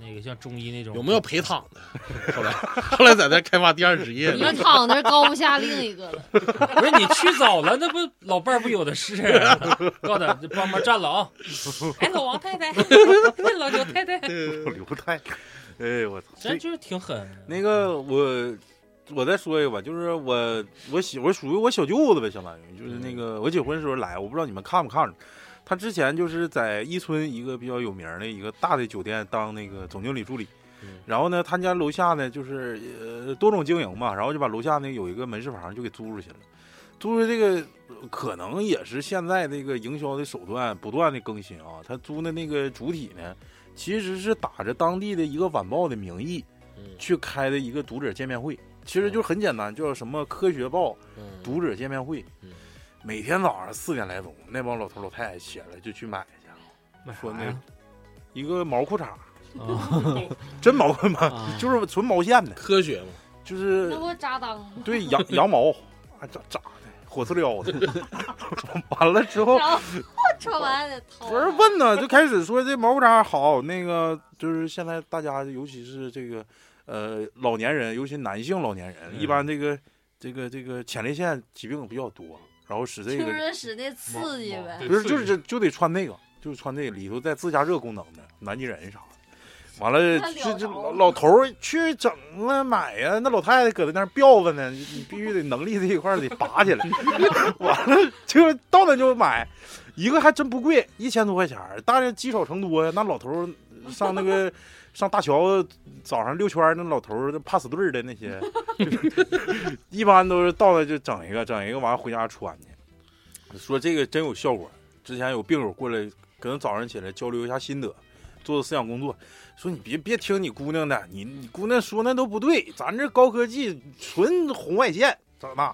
那个像中医那种，有没有陪躺的？后来后来在那开发第二职业你呢 们躺那儿高不下另一个了。 不是你去早了，那不老伴儿不有的是？ 告诉他帮忙站了啊！哎，老王太太， 老刘太太，刘太，哎呃我操！真就是挺狠。那个我我再说一个吧，就是我我媳我属于我小舅子呗，相当于就是那个我结婚时候来，我不知道你们看不看着。他之前就是在伊春一个比较有名的一个大的酒店当那个总经理助理，然后呢，他家楼下呢就是呃多种经营嘛，然后就把楼下那有一个门市房就给租出去了。租出这个呃可能也是现在这个营销的手段不断的更新啊，他租的那个主体呢，其实是打着当地的一个晚报的名义，嗯去开的一个读者见面会，其实就很简单，叫什么科学报嗯读者见面会嗯，每天早上四点来钟，那帮老头老太太起来就去买去，说那一个毛裤衩，啊 真毛裤衩，啊就是纯毛线的，科学嘛，就是那不扎裆吗？对羊羊毛啊咋咋的，火刺撩的，完了之后。然后 穿完得掏。不是问呢，就开始说这毛裤衩好，那个就是现在大家尤其是这个呃老年人，尤其男性老年人，一般这个这个这个前列腺疾病比较多，然后使这听个着使那刺激呗，不是就是就就得穿那个，就是穿那个里头带自加热功能的南极人啥的。完了，这这老老头儿去整了买呀，那老太太搁那那儿吊着呢，你必须得能力这一块儿得拔起来。 完了，就到那就买，一个还真不贵，一千多块钱儿，但是积少成多呀。那老头儿上那个上大桥早上溜圈儿，那老头儿怕死队儿的那些， 就是一般都是到那就整一个，整一个完回家穿去。说这个真有效果，之前有病友过来，可能早上起来交流一下心得，做思想工作。说你别别听你姑娘的，你嗯你姑娘说那都不对，咱这高科技纯红外线，咋那？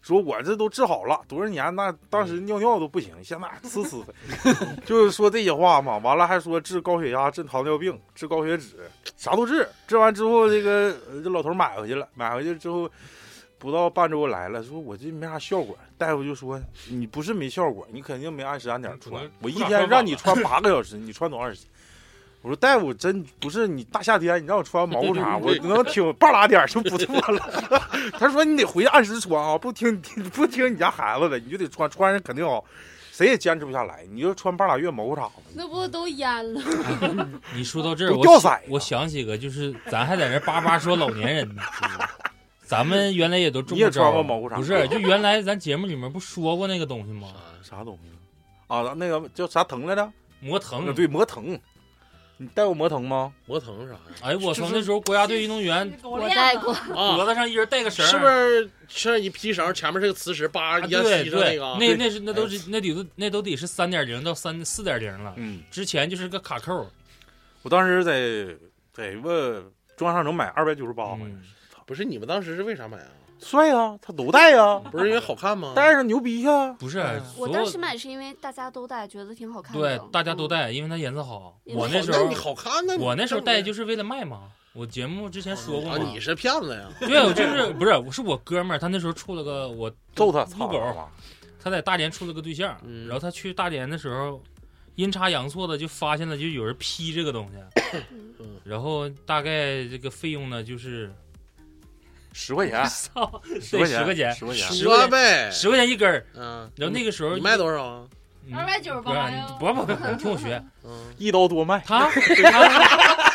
说我这都治好了多少年，那当嗯时尿尿都不行，现在呲呲的， 就是说这些话嘛。完了还说治高血压、治糖尿病、治高血脂，啥都治。治完之后，这个呃这老头买回去了，买回去之后不到半周来了，说我这没啥效果。大夫就说你不是没效果，你肯定没按时按点可穿能。我一不敢天穿吧让你穿八个小时，你穿多长时间？我说大夫，真不是你大夏天，你让我穿毛裤衩，我能挺半拉点儿就不错了。 他说你得回去按时穿啊，不听 不听你家孩子的，你就得穿，穿上肯定好，谁也坚持不下来。你就穿半拉月毛裤衩子，那不都淹了？你说到这儿，都我掉色想了我想起个，就是咱还在这叭叭说老年人呢。咱们原来也都中你也招穿过毛裤衩不是？就原来咱节目里面不说过那个东 西吗？啊啥东西啊？那个叫啥疼来着？磨疼，对，磨疼。你带过魔藤吗？魔藤是啥呀？哎，我从那时候国家队运动员我带过，啊脖，子上一人带个绳儿是不是上一劈绳，前面是个磁石，叭啊一下对吸上对，个？哎那那是那都是那得那都得是三点零到三四点零了，嗯，之前就是个卡扣，我当时在在问中央商城买二百九十八，好像嗯是不是你们当时是为啥买啊？帅啊，他都带啊，不是因为好看嗯吗？带上牛逼呀。不是嗯所我当时有买是因为大家都戴，觉得挺好看的。对大家嗯。都戴，因为它颜色好。因为我好那时哦那候你好看呢？我那时候戴就是是为了卖嘛，我节目之前说过啊，嘛你，是骗子呀？对，我就是不是我是我哥们儿，他那时候处了个我揍他，撸操狗他妈！他在大连处了个对象，嗯然后他去大连的时候，阴差阳错的就发现了，就有人批这个东西，嗯然后大概这个费用呢，就是，十块钱 操，哎十对，块十块钱，十块钱。十说呗，十块钱一根儿。嗯，然后那个时候你卖多少啊？嗯298不是呀你不不不，你听我学，嗯，一刀多卖，他他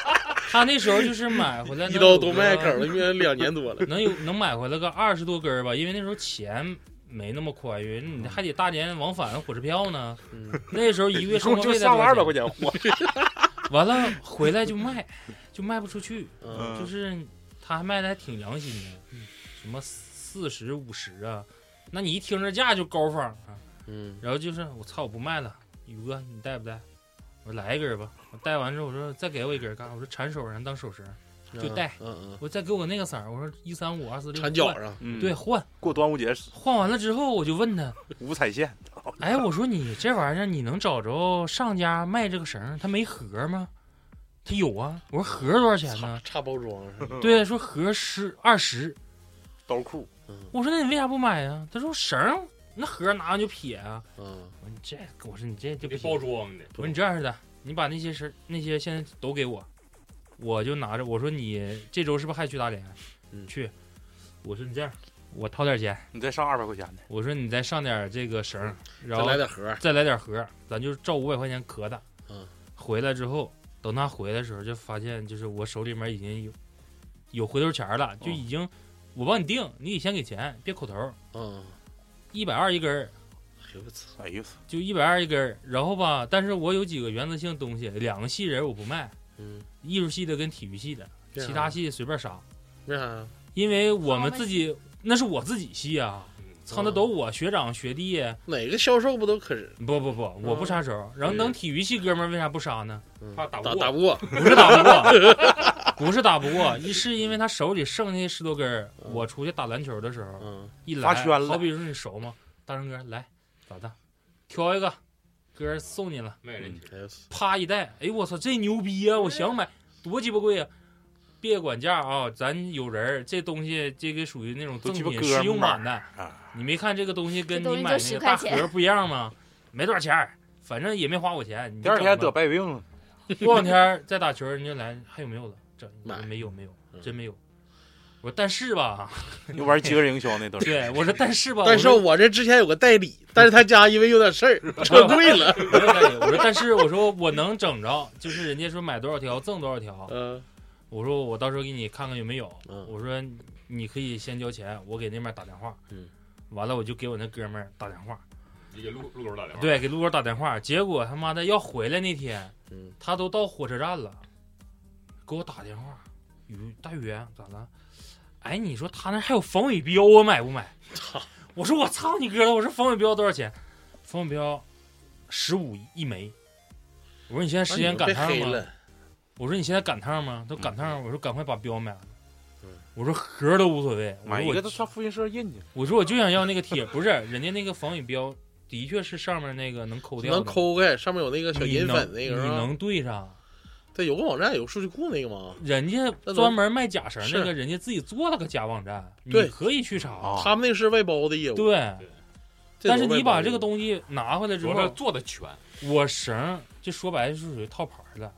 他那时候就是买回来一能刀有都个卖梗了，因为两年多了。能有能买回来个二十多根儿吧，因为那时候钱没那么宽裕，你还得大连往返火车票呢。嗯那时候一个月一生共活就费才下了二百多块少钱？钱 货。完了回来就卖，就卖不出去。嗯就是他还卖的还挺良心的，嗯什么四十五十啊，那你一听这价就高仿啊。嗯，然后就是我操，我不卖了，宇哥你带不带？我说来一根儿吧。我带完之后我说再给我一根儿干啥？我说缠手上当手绳。就戴嗯我再给我那个色儿，我说一三五二四嗯，六。缠脚上，嗯对，，换过端午节换完了之后，我就问他，五彩线，哎，我说你这玩意儿你能找着上家卖这个绳儿，他没盒吗？他有啊。我说盒多少钱差呢？差包装是吧？对，说盒十二十。刀裤，嗯我说那你为啥不买呀？他说绳儿那盒拿完就撇啊。嗯我说你这，我说你这就这别包装的，我说你这样似的，你把那些绳那些现在都给我，我就拿着。我说你这周是不是还去大连？嗯去。我说你这样，我掏点钱。你再上二百块钱的，我说你再上点这个绳儿，然再后来点盒儿，再来点盒儿，咱就照五百块钱磕的。嗯，回来之后，等他回来的时候，就发现就是我手里面已经有有回头钱儿了，就已经、我帮你定，你得先给钱，别口头儿，嗯，一百二一根儿，哎呦我操，哎呦我操，就一百二一根儿。然后吧，但是我有几个原则性东西，两个系人我不卖，嗯，艺术系的跟体育系的，为啥其他系随便杀，为啥啊呀？因为我们自己那是我自己系啊，嗯操那都我学长学弟，哪个销售不都可不不不，我不杀手。然后嗯等体育系哥们儿为啥不杀呢？嗯怕打不打过打不过？不是打不过，不是打不过，一是因为他手里剩下十多根儿，嗯我出去打篮球的时候嗯一来，发圈了好比说你熟吗？大成哥来咋的？挑一个，哥儿送你了，卖人情，哎呦我操啪一戴，哎我操，这牛逼啊！我想买，多鸡巴贵啊！别管价啊，咱有人儿，这东西这个属于那种都赠鸡巴品哥们儿试用版的啊，你没看这个东西跟这东你西就买那10个块大钱盒不一样吗？没多少钱儿，反正也没花我钱。你第二整天吧得白血病了，过两天儿再打球，人家来还有没有了？这买没有没有，嗯真没有。我说但 是吧，又玩饥饿营销那都是。对我说但是吧，但是我说我这之前有个代理，但是他家因为有点事 儿撤退了。我说哎我说但是我说我能整着，就是人家说买多少条赠多少条，嗯我说我到时候给你看看有没有，嗯我说你可以先交钱，我给那边打电话，嗯，完了我就给我那哥们儿打电话，你给路路口啊打电话，，对，给路哥打电话，结果他妈的要回来那天，嗯他都到火车站了，给我打电话，宇大宇咋了？哎，你说他那还有防伪标，我买不买？操！我说我操你哥了！我说防伪标多少钱？防伪标十五一枚。我说你现在时间赶啊趟你们被黑吗？了，我说你现在赶趟吗？他说赶趟，我说赶快把标买了嗯。我说盒都无所谓，我买说一我个都上复印社印去，我说我就想要那个贴，不是 人家那个防伪标，的确是上面那个能抠掉的，能抠开，上面有那个小你银能粉那个你是吧？能对上。对，有个网站有数据库那个吗？人家那都专门卖假绳儿那是个，人家自己做了个假网站，你对可以去查。啊他们那个是外包的业务，对，这但都是外你包把的这个业务东西拿回来之主要是后，做的全，我绳儿就说白了是属于套牌儿的。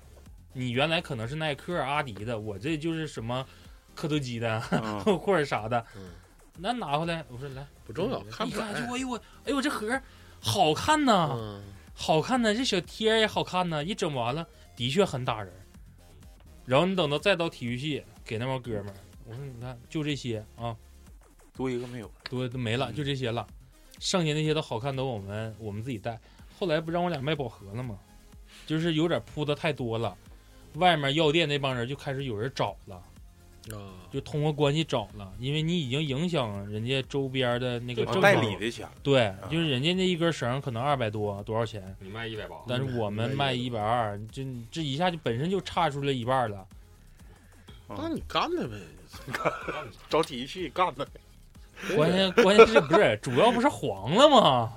你原来可能是耐克、阿迪的，我这就是什么科德基的嗯 或者啥的嗯，那拿回来我说来，不重要，看一不出看来就。啊哎呦我哎呦我这盒儿好看呐，嗯，好看呢，这小贴儿也好看呢，一整完了的确很打人儿。然后你等到再到体育系给那帮哥们儿，我说你看就这些啊，多一个没有。多都没了，嗯就这些了，剩下那些都好看都我们我们自己带。后来不让我俩卖宝盒了吗？就是有点铺的太多了，外面药店那帮人就开始有人找了，啊，就通过关系找了，因为你已经影响人家周边的那个啊正代常理啊的钱，对，就是人家那一根绳可能二百多多少钱，你卖一百八，但是我们卖一百二，这这一下就本身就差出来一半了。那你干他呗，嗯找体系干的。关键关键是不是主要不是黄了吗？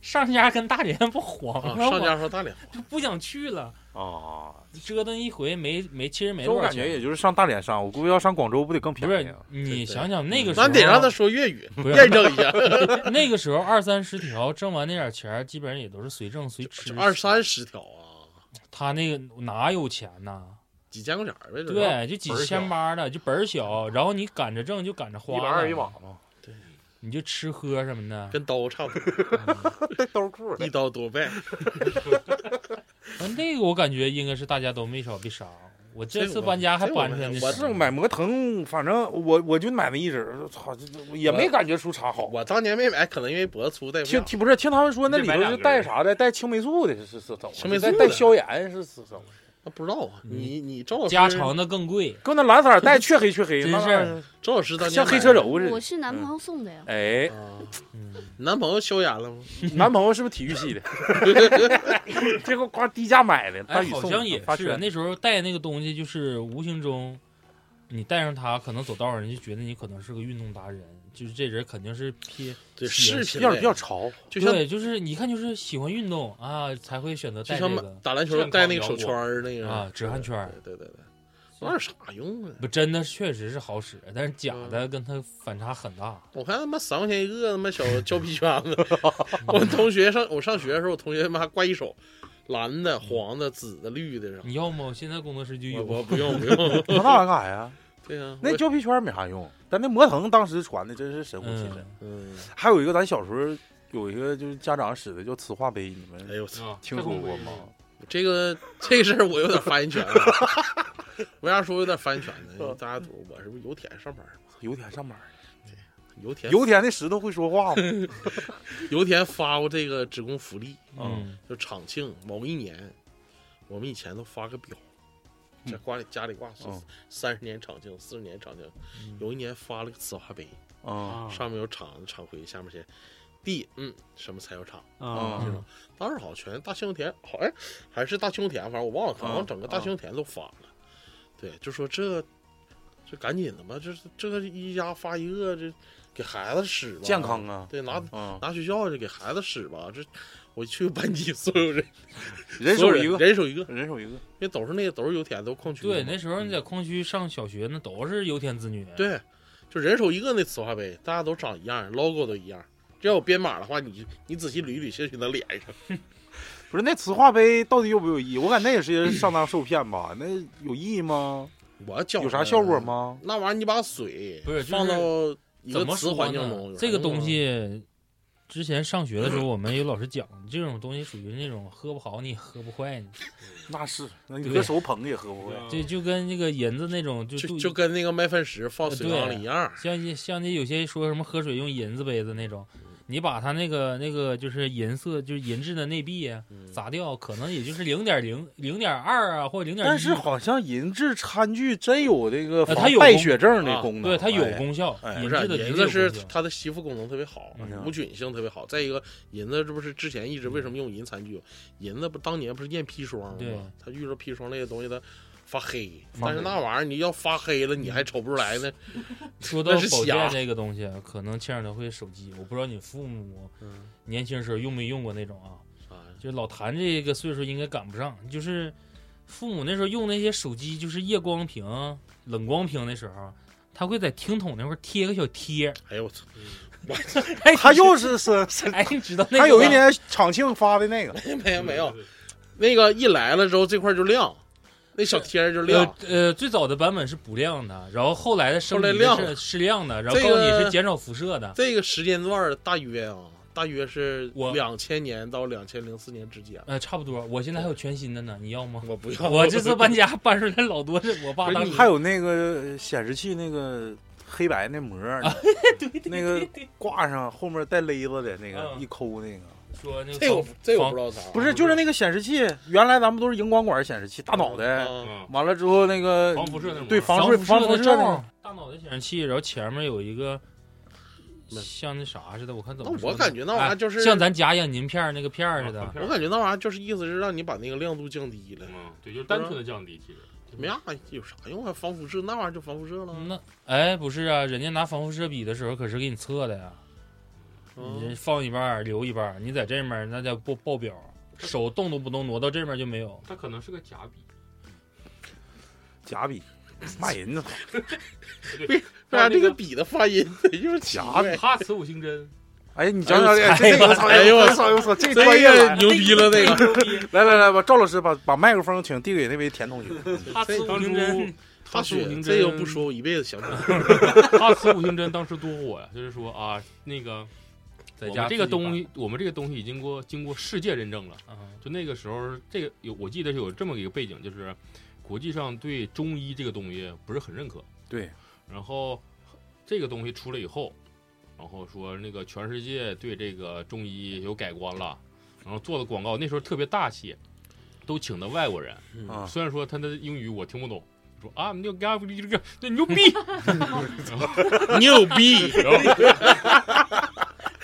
上家跟大连不黄啊，了上吗？家和大连，不想去了，啊，折腾一回没没，其实没这多我少感觉也钱。就是上大连上，我估计要上广州不得更不便宜是啊？嗯你想想那个时候，啊咱得让他说粤语，不验是证一下，那个时候二三十条挣完那点钱儿，基本上也 都是随挣随吃这。二三十条啊，他那个哪有钱呐？几千块钱儿呗，这是，对，就几千八的，就本儿小，然后你赶着挣就赶着花，啊一百二一码，嘛，你就吃喝什么的。跟刀差不多，带兜裤的一。刀多呗。啊，那个我感觉应该是大家都没少被杀。我这次搬家还搬出来那这个我是啥买摩腾，反正我我就买那一只，操，这这也没感觉出啥好。我当年没买，可能因为脖子粗戴不听上。听不是听他们说那里头是带啥的，带青霉素的，是是是怎么？青霉素带的带消炎是是怎么？那不知道嗯啊，你你赵老师加长的更贵，跟那蓝色带雀黑雀黑，真那是赵老师当年像买黑车轴似我的。是男朋友送 的呀，哎，啊，嗯，你男朋友消炎了 吗？男朋友是不是体育系的？这个光低价买的，大哎，宇好送像的也发是圈那时候带那个东西，就是无形中你带上它，可能走道上人就觉得你可能是个运动达人，就是这人肯定是偏对，视喜欢频比较类比较潮，就像对，就是你一看就是喜欢运动啊，才会选择就带这像买个打篮球戴那个手圈儿那个啊止汗圈儿对对对对，那有啥用啊？不真的确实是好使，但是嗯假的跟它反差很大。我看他妈三块钱一个，他妈小胶皮圈 子。我同学上我上学的时候，我同学他妈还挂一手，蓝的、黄的、紫的、绿的，然后你要吗？我现在工作室就我有，我不用不用，那玩意儿干啥呀？对啊 呀，那我胶皮圈没啥用，但那摩腾当时传的真是神乎其神。嗯，嗯，还有一个咱小时候有一个就是家长使的叫磁化杯，你哎们呦我操，啊，听说过吗？这个这个事儿我有点发言权啊了。为啥说有点发言权呢？因为大家都我是不是油田上班儿？油田上班，油田油田那石头会说话吗？油田发过这个职工福利，嗯，就厂庆某一年，我们以前都发个表，在挂里家里挂是嗯这三十年厂庆、四十年厂庆，有一年发了个瓷花杯，嗯啊上面有厂子厂徽，下面写 D 嗯什么柴油厂。啊，嗯当时好像全大兴田，好哎还是大兴田，反正我忘了，可啊能整个大兴田都发了。对，就说这这赶紧的吧，这这个一家发一个，这给孩子使吧，健康啊，嗯对，拿嗯，拿学校去给孩子使吧。这我去班级 所有人人所有手一个，人手一个，人手一个，因为都是那个都是油田，都矿区的对，嘛。那时候你在矿区上小学，那都是油田子女。，对，就人手一个那磁化杯，大家都长一样，logo 都一样。只要有编码的话，你你仔细捋一捋，兴许能连上。不是那磁化杯到底有没有意义？我感觉那也是上当受骗吧？那有意义吗？我觉有啥着效果？吗？那玩意儿你把水不是就是放到一怎个么磁说环境中嗯呢，？这个东西之前上学的时候，我们有老师讲，这种东西属于那种喝不好你也喝不坏你，嗯那是，那你对搁手捧也喝不会。嗯这就跟那个银子那种就就就呃就跟那个麦饭石放水缸对里一样。像像那有些说什么喝水用银子杯子那嗯种，你把它那个那个就是银色就是银质的内壁啊嗯砸掉，可能也就是零点零零点二啊，或者零点一。但是好像银质餐具真有这个呃防它有败功血症的啊功能，对它有哎功效，哎不银质是啊的银确有子是 功效它的吸附功能特别好啊嗯，啊无菌性特别好。再一个，银子这不是之前一直为什么用银餐具？银子不当年不是验砒霜嗯对吗？它遇着砒霜类的东西它发黑，发但是那玩意儿你要发黑了你嗯还瞅不出来呢。 说到那是保瞎健这个东西，啊可能欠着会手机，我不知道你父母嗯年轻时候用没用过那种啊？啊，就是老谭这个岁数应该赶不上，就是父母那时候用那些手机，就是夜光屏、冷光屏的时候，他会在听筒那块儿贴个小贴 儿。哎呦我操！哎，他又是是是哎，你知道那个他有一吗年厂庆发的那个，没有没嗯有，那个一来了之后这块就亮，那小贴儿就亮呃。呃，最早的版本是不亮的，然后后来的升级后来亮是了是亮的，然后这告诉你个是减少辐射的。这个时间段儿大约啊，大约是我两千年到两千零四年之间。呃，差不多。我现在还有全新的呢，你要吗？我 不要，我这次搬家搬出来老多是我爸不是当你时还有那个显示器那个黑啊白那膜儿，那个挂上后面带勒子的那个嗯一抠那个，说那这个我防这我防不知道啥，不是，就是那个显示器，原来咱们都是荧光管显示器，大脑袋。啊嗯，完了之后，那个防辐射那种对玩意儿啊防水辐防辐的射那罩种，大脑袋显示器，然后前面有一个那像那啥似的，我看怎那么说我呢感觉那玩意儿哎就是像咱家养银片儿那个片儿似防的，片我儿感觉那玩意儿就是意思是让你把那个亮度降低了，嗯，对，就是单纯的降低，其实没啥有啥用啊？防辐射那玩意儿就防辐射嗯了。那哎不是啊，人家拿防辐射比的时候可是给你测的呀，嗯你这放一半儿留一半儿，你在这面儿那叫报报表，手动都不动，挪到这面儿就没有。它可能是个假比，假笔，骂人 呢，为啥这个笔的发音 就是奇怪？哈茨五星针，哎，你讲讲哎这呦个，我操哎哎呦呦，我操，哎呦我操，这这个专业个了。牛逼了，那 个来来来吧，赵老师把把麦克风请递给那位田 同学。哈茨五星当针初，大哈茨五雪，星针，这个不说我一辈子想不起来。哈茨五星针当时多火呀！就是说啊，那个在我家们这个自己东西，我们这个东西已经过经过世界认证了。摆啊就那个时候，这个有我记得是有这么一个背景，就是国际上对中医这个东西不是很认可。对，然后这个东西出来以后，然后说那个全世界对这个中医有改观了，然后做的广告那时候特别大气，都请的外国人。啊，虽然说他的英语我听不懂，说啊，你就干不这个，那牛逼， 牛逼！然后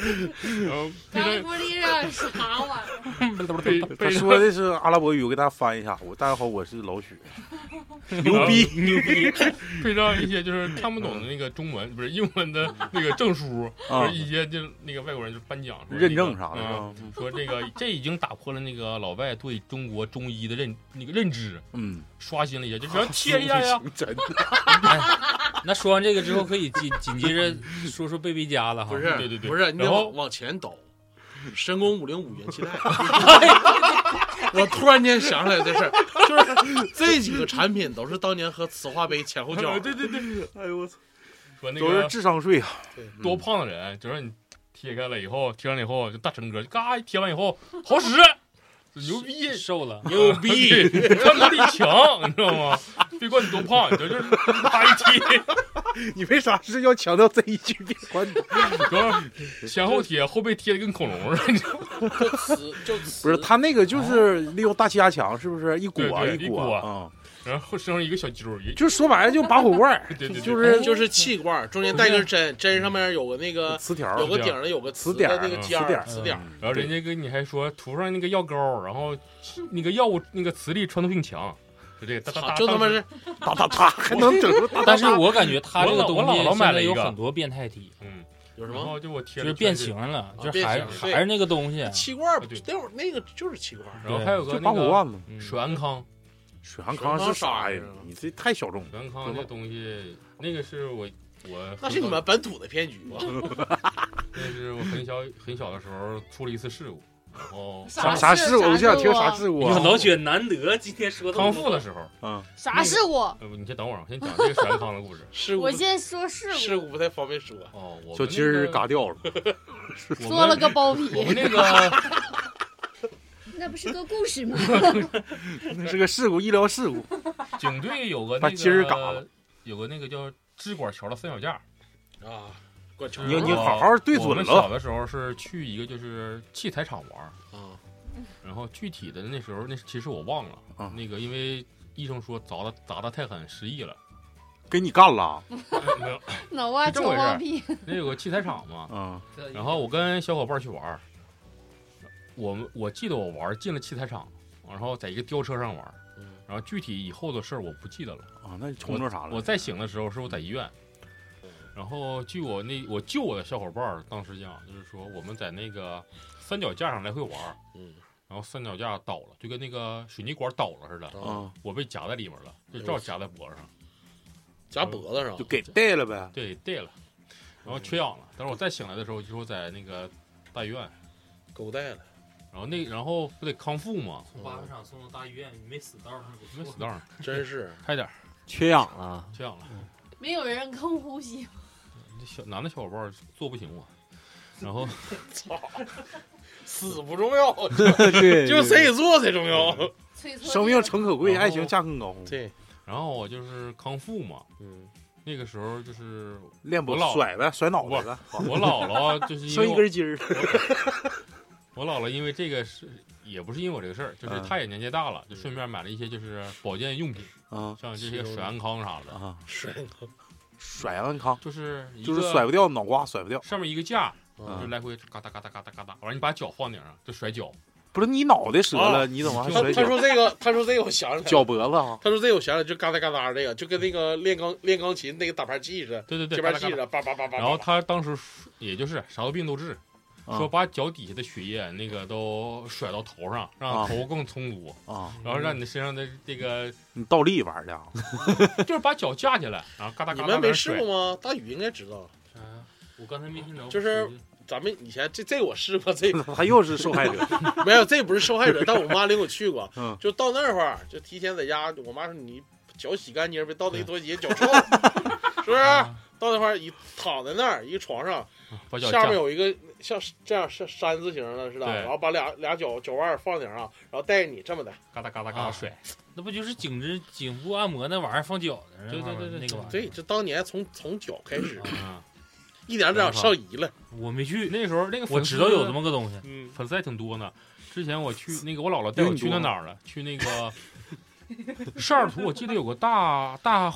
然后非常玻璃上啥玩意儿？非他非常说的是阿拉伯语，我给大家翻译一下。我大家好，我是老许。牛逼牛逼， 配上一些就是看不懂的那个中文不是英文的那个 证书，啊就是一些就那个外国人就颁奖说认证这个啥的嗯啊，说这个这已经打破了那个老外对中国中医的认那个认知，嗯，刷新了一下，就只要啊贴一下呀，真的那说完这个之后，可以紧紧接着说说贝贝家了哈。不是，对对对不是，你得然后往往前倒。神功五零五元 气弹，我突然间想起来这事儿，就是这几个产品都是当年和磁化杯 前后脚对对对，哎呦我操，说那都是个智商税啊！多胖的人，就让你贴开了以后，贴上了以后就大成哥，嘎一贴完以后好使，就牛 逼。瘦了，牛 逼，穿透力强，你知道吗？别管你多胖，你这就是啪一贴， 你为啥是要强调这一句？别管你， 然后前后贴，后背贴的跟恐龙似的，你知道吗就磁就磁不是他那个就是利用大气压强，是不是一裹啊对对一裹裹啊？嗯然后身上一个小揪儿，也就说白了就拔火 罐儿，对对对就是就是气罐儿，中间带根针，针上面有个那个磁条儿，有个顶儿的，有个嗯磁的点儿那个尖磁点儿，儿磁点儿。嗯然后人家跟你还说涂上那个药膏，然后那个药物那个磁力穿透性强，就这个哒嗯哒哒，就他妈当时是， 哒哒哒，还能整出哒哒但是哒。我感觉他这个东我姥西我姥姥现买在了一个有很多变态体，嗯，有什然么后就我贴就了是变形，了，啊就是还变形对还是那个东嗯西，气罐哎儿啊对？那会儿那个就是气罐儿，然后还有就啊个拔那火个罐子，嗯水安康，水航康是啥呀？你这太小众了。水安康这东西，那个是我我那是你们本土的骗局啊吧？ 那是我很小很小的时候出了一次事故，然后啥啥事故？我就想听啥事故你看啊？老雪难得今天说康复 的时候，嗯， 啥事故？呃，不你先等会儿，我先讲这个沈康的故事。事故我先说事事故不太方便说，哦，我小鸡儿嘎掉了。故，说了个包我皮，们 那啊个那不是个故事吗？是个事故，医疗事故。 警队有个把那鸡儿嘎了个有个那个叫支管桥的三脚架。啊，管球你我你好好对我准们小了，的时候是去一个就是器材厂玩儿，啊，然后具体的那时候那其实我忘了，啊那个因为医生说砸的砸的太狠失忆了，给你干了。啊没有，脑瓜这球么回事儿包皮，那有个器材厂嘛， 嗯然后我跟小伙伴去玩儿，我们我记得我玩儿进了器材厂，然后在一个吊车上玩儿嗯，然后具体以后的事儿我不记得了。嗯啊，那你冲着啥了？我再醒的时候是我在医院，然后据我那我救我的小伙伴儿当时讲，就是说我们在那个三脚架上来回玩儿，嗯然后三脚架倒了，就跟那个水泥管倒了哎似的，啊，啊，我被夹在里面了，就正好夹在脖子上，夹脖子上就给带了呗。对，对了，然后缺氧了。但是我再醒来的时候，就是我在那个大医院，狗带了，然后那然后不得康复嘛，从八个厂送到大医院，没死道上，没死道上，嗯 真是快点儿缺氧啊了，缺氧了。 没有人跟呼吸，这小男的小伙伴儿做不醒我，然后死不重 要，对就是谁给做才重要。催促生命诚可贵，然后爱情价更高。对，然后我就是康复嘛，嗯，那个时候就是练脖我老甩呗，甩脑袋呗，好我姥姥就是因剩为一我根筋儿。我姥姥因为这个是也不是因为我这个事儿，就是嗯她也年纪大了，就嗯顺便买了一些就是保健用品，啊像这些甩安康啥的，啊，是，甩安康就是一就是个嗯甩不掉，脑瓜甩不掉，上面一个架，啊就来回嘎哒嘎哒嘎哒嘎哒，完了你把脚放顶上就甩脚，不是你脑袋折了，啊你怎么还 他甩他脚说这个，他说这个，我想起来脚了。脖子啊？他说这个我想起来，就嘎哒嘎哒这个，就跟那个练钢练钢琴那个打拍器似的，对对对，节嘎拍哒嘎器哒。似的，叭叭叭叭叭。然后他当时也就是啥都病都治，啊说把脚底下的血液那个都甩到头上，啊让头更充足，啊，然后让你的身上的这个你倒立玩的啊？ 就是把脚架起来，然后嘎哒你嘎哒。们没试过？吗？大宇应该知道，我刚才没听着。就是咱们以前这这我试过，这 他又是受害者没有，这不是受害者，但我妈领我 去过嗯，就到那会儿就提前在家，我妈说你脚洗干净，别到那一拖鞋脚 臭，是不是？到那块儿一躺在那儿一个床上，啊把脚下架面有一个像这样像山字形的似的，对然后把俩俩脚脚腕儿放顶上，然后带着你这么的，嘎哒嘎哒嘎哒啊甩，那不就是颈椎颈部按摩那玩意儿放脚的那对对玩意儿对对那个玩意儿？对，这当年从从脚开始，啊，一点点上移了，我没去，那时候那个我粉丝知道有这么个东西。嗯，粉丝还挺多呢。之前我 去那个，我姥姥带我去那哪儿了？去那 个市尔图，我记得有个大大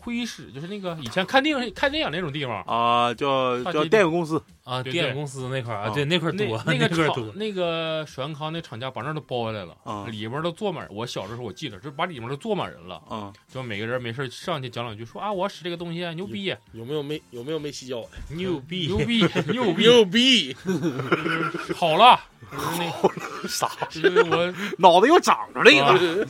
会议室，就是那个以前看电影看电影那种地方。 啊，叫大叫街电影公司啊，对对电影公司那块儿啊啊，对那块儿那 多，那个块儿厂多，那个水安康那厂家把那儿都包下来了，啊里面都坐满。我小的时候我记得，就把里面都坐满人了，啊，就每个人没事上去讲两句，说啊我要使这个东西啊，牛逼，有没有没有没有啊没洗脚的？嗯牛 逼牛逼，牛逼，牛逼！好了， 就是 那傻，就是我脑袋又长出来一啊个，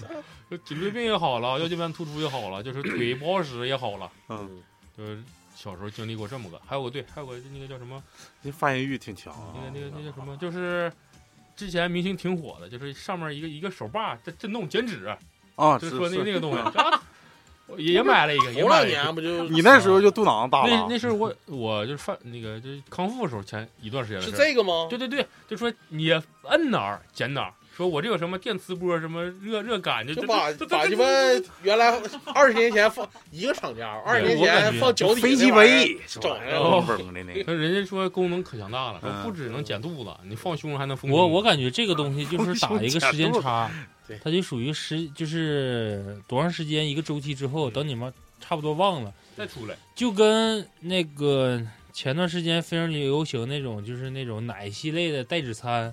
就颈椎病也好了，腰间盘突出也好了，就是腿不好使也好了，嗯，就是小时候经历过这么个，还有个对，还有个那个叫什么，这发言欲挺强啊那个那个那叫什么，就是之前明星挺火的，就是上面一个一个手把在震动减脂，啊，就是是说那个那个东西，是啊我也也买了一个，也头买两了一个。年不就 你那时候就肚囊子大那了啊那是我我就是犯那个就是康复的时候前一段时间的是事儿，这个吗？对对对，就说你摁哪儿减哪儿，说我这有什么电磁波什么热热感，就就把就把鸡巴原来二十年前放一个厂家，二十年前放脚底飞机杯，杯是吧整？的嗡嗡的 那个，那人家说功能可强大了，嗯说不只能减肚子，你放胸还能丰我胸我感觉这个东西就是打一个时间差对，它就属于时就是多长时间一个周期之嗯后，等你们差不多忘了，再出来，就跟那个前段时间非常流行那种就是那种奶昔类的代指餐。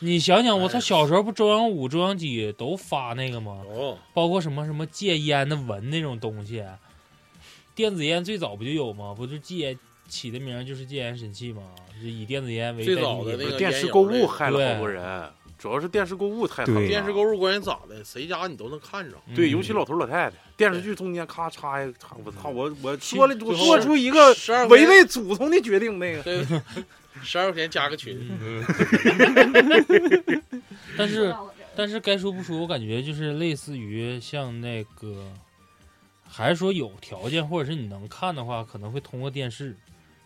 你想想，我操，哎小时候不中央五、中央几都发那个吗？哦，包括什么什么戒烟的闻那种东西，啊电子烟最早不就有吗？不就戒起的名儿就是戒烟神器吗？就以电子烟为最代早替的不那个是电视购物害了好多对人，主要是电视购物害了好多人。对电视购物关系咋的？谁家你都能看着。嗯对，尤其老头老太太，电视剧中间咔嚓一咔，我操，我我说了，我嗯最后做呃出一个十二违背祖宗的决定，那个对， 十二块钱加个群，但是到我这儿但是该说不说，我感觉就是类似于像那个，还是说有条件或者是你能看的话，可能会通过电视。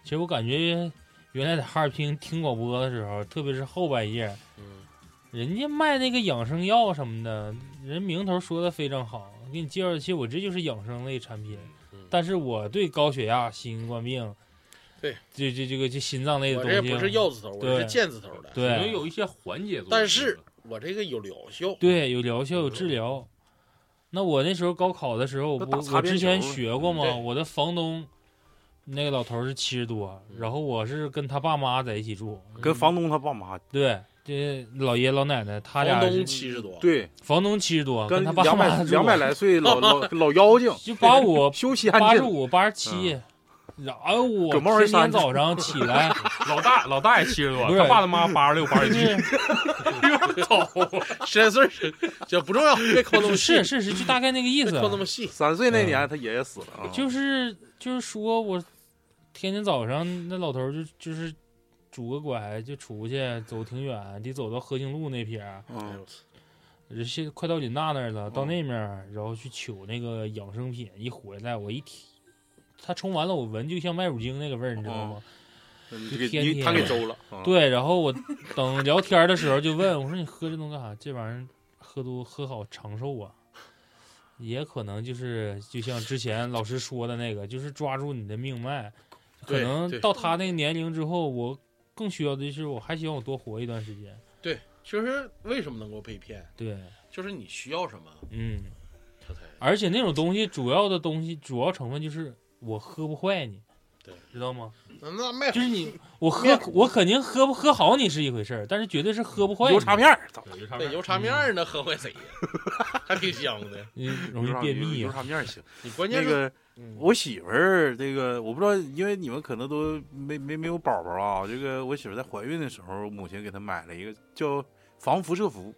其实我感觉原来在哈尔滨听广播的时候，特别是后半夜，嗯，人家卖那个养生药什么的，人名头说的非常好，给你介绍，其实我这就是养生类产品。嗯但是我对高血压、新冠病，对这这这个这心脏类的我东西，啊这不是药字头，我这是健字头的。对可能有一些缓解作用。但是我这个有疗效，对，有疗效，有治疗。那我那时候高考的时候，都我打擦我边之球前了嗯学过嘛，对我的房东那个老头儿是七十多，嗯然后我是跟他爸妈在一起住，嗯跟房东他爸妈，对这老爷老奶奶他俩房是东七十多， 对，房东七十多，跟他爸两妈百住两百来岁老 老老妖精，就把 我修仙八去十了，五八十七，然后我葛帽儿一天扇天早上起 来老大老大也七十多，不是他爸他妈八十六八十就七，是十来岁儿这不重要，别抠那么细是，是是，就大概那个意别思，啊抠那么细。三岁那年他爷爷死了啊，嗯就是就是说我天天早上那老头儿就就是拄个拐就出去走挺远，得走到和兴路那撇儿，哎嗯呦我操人现快到林大那儿了，到嗯那面儿然后去取那个养生品，一回来我一提，他冲完了我闻就像麦乳精那个味儿，你知道吗？你给天嗯你天他给周了，嗯，对，然后我等聊天儿的时候就问我说你喝这东西干啥？这玩意儿喝多喝好长寿啊。也可能就是，就像之前老师说的那个，就是抓住你的命脉，可对能对到他那个年龄之后，我更需要的是，我还希望我多活一段时间。对，其实为什么能够被骗，对，就是你需要什么，嗯，他才而且那种东西主要的东西主要成分就是我喝不坏你，对，知道吗？那那卖就是你我喝面子我肯定喝不喝好你是一回事儿，但是绝对是喝不坏你，油茶片儿， 操有一茬那油面茶面儿呢，喝坏谁呀？ 还挺香的。你容易便秘油啊。茶面儿行。你关键那是，个嗯我媳妇儿，这个我不知道，因为你们可能都没没没有宝宝啊。这个我媳妇儿在怀孕的时候，母亲给她买了一个叫防辐射服。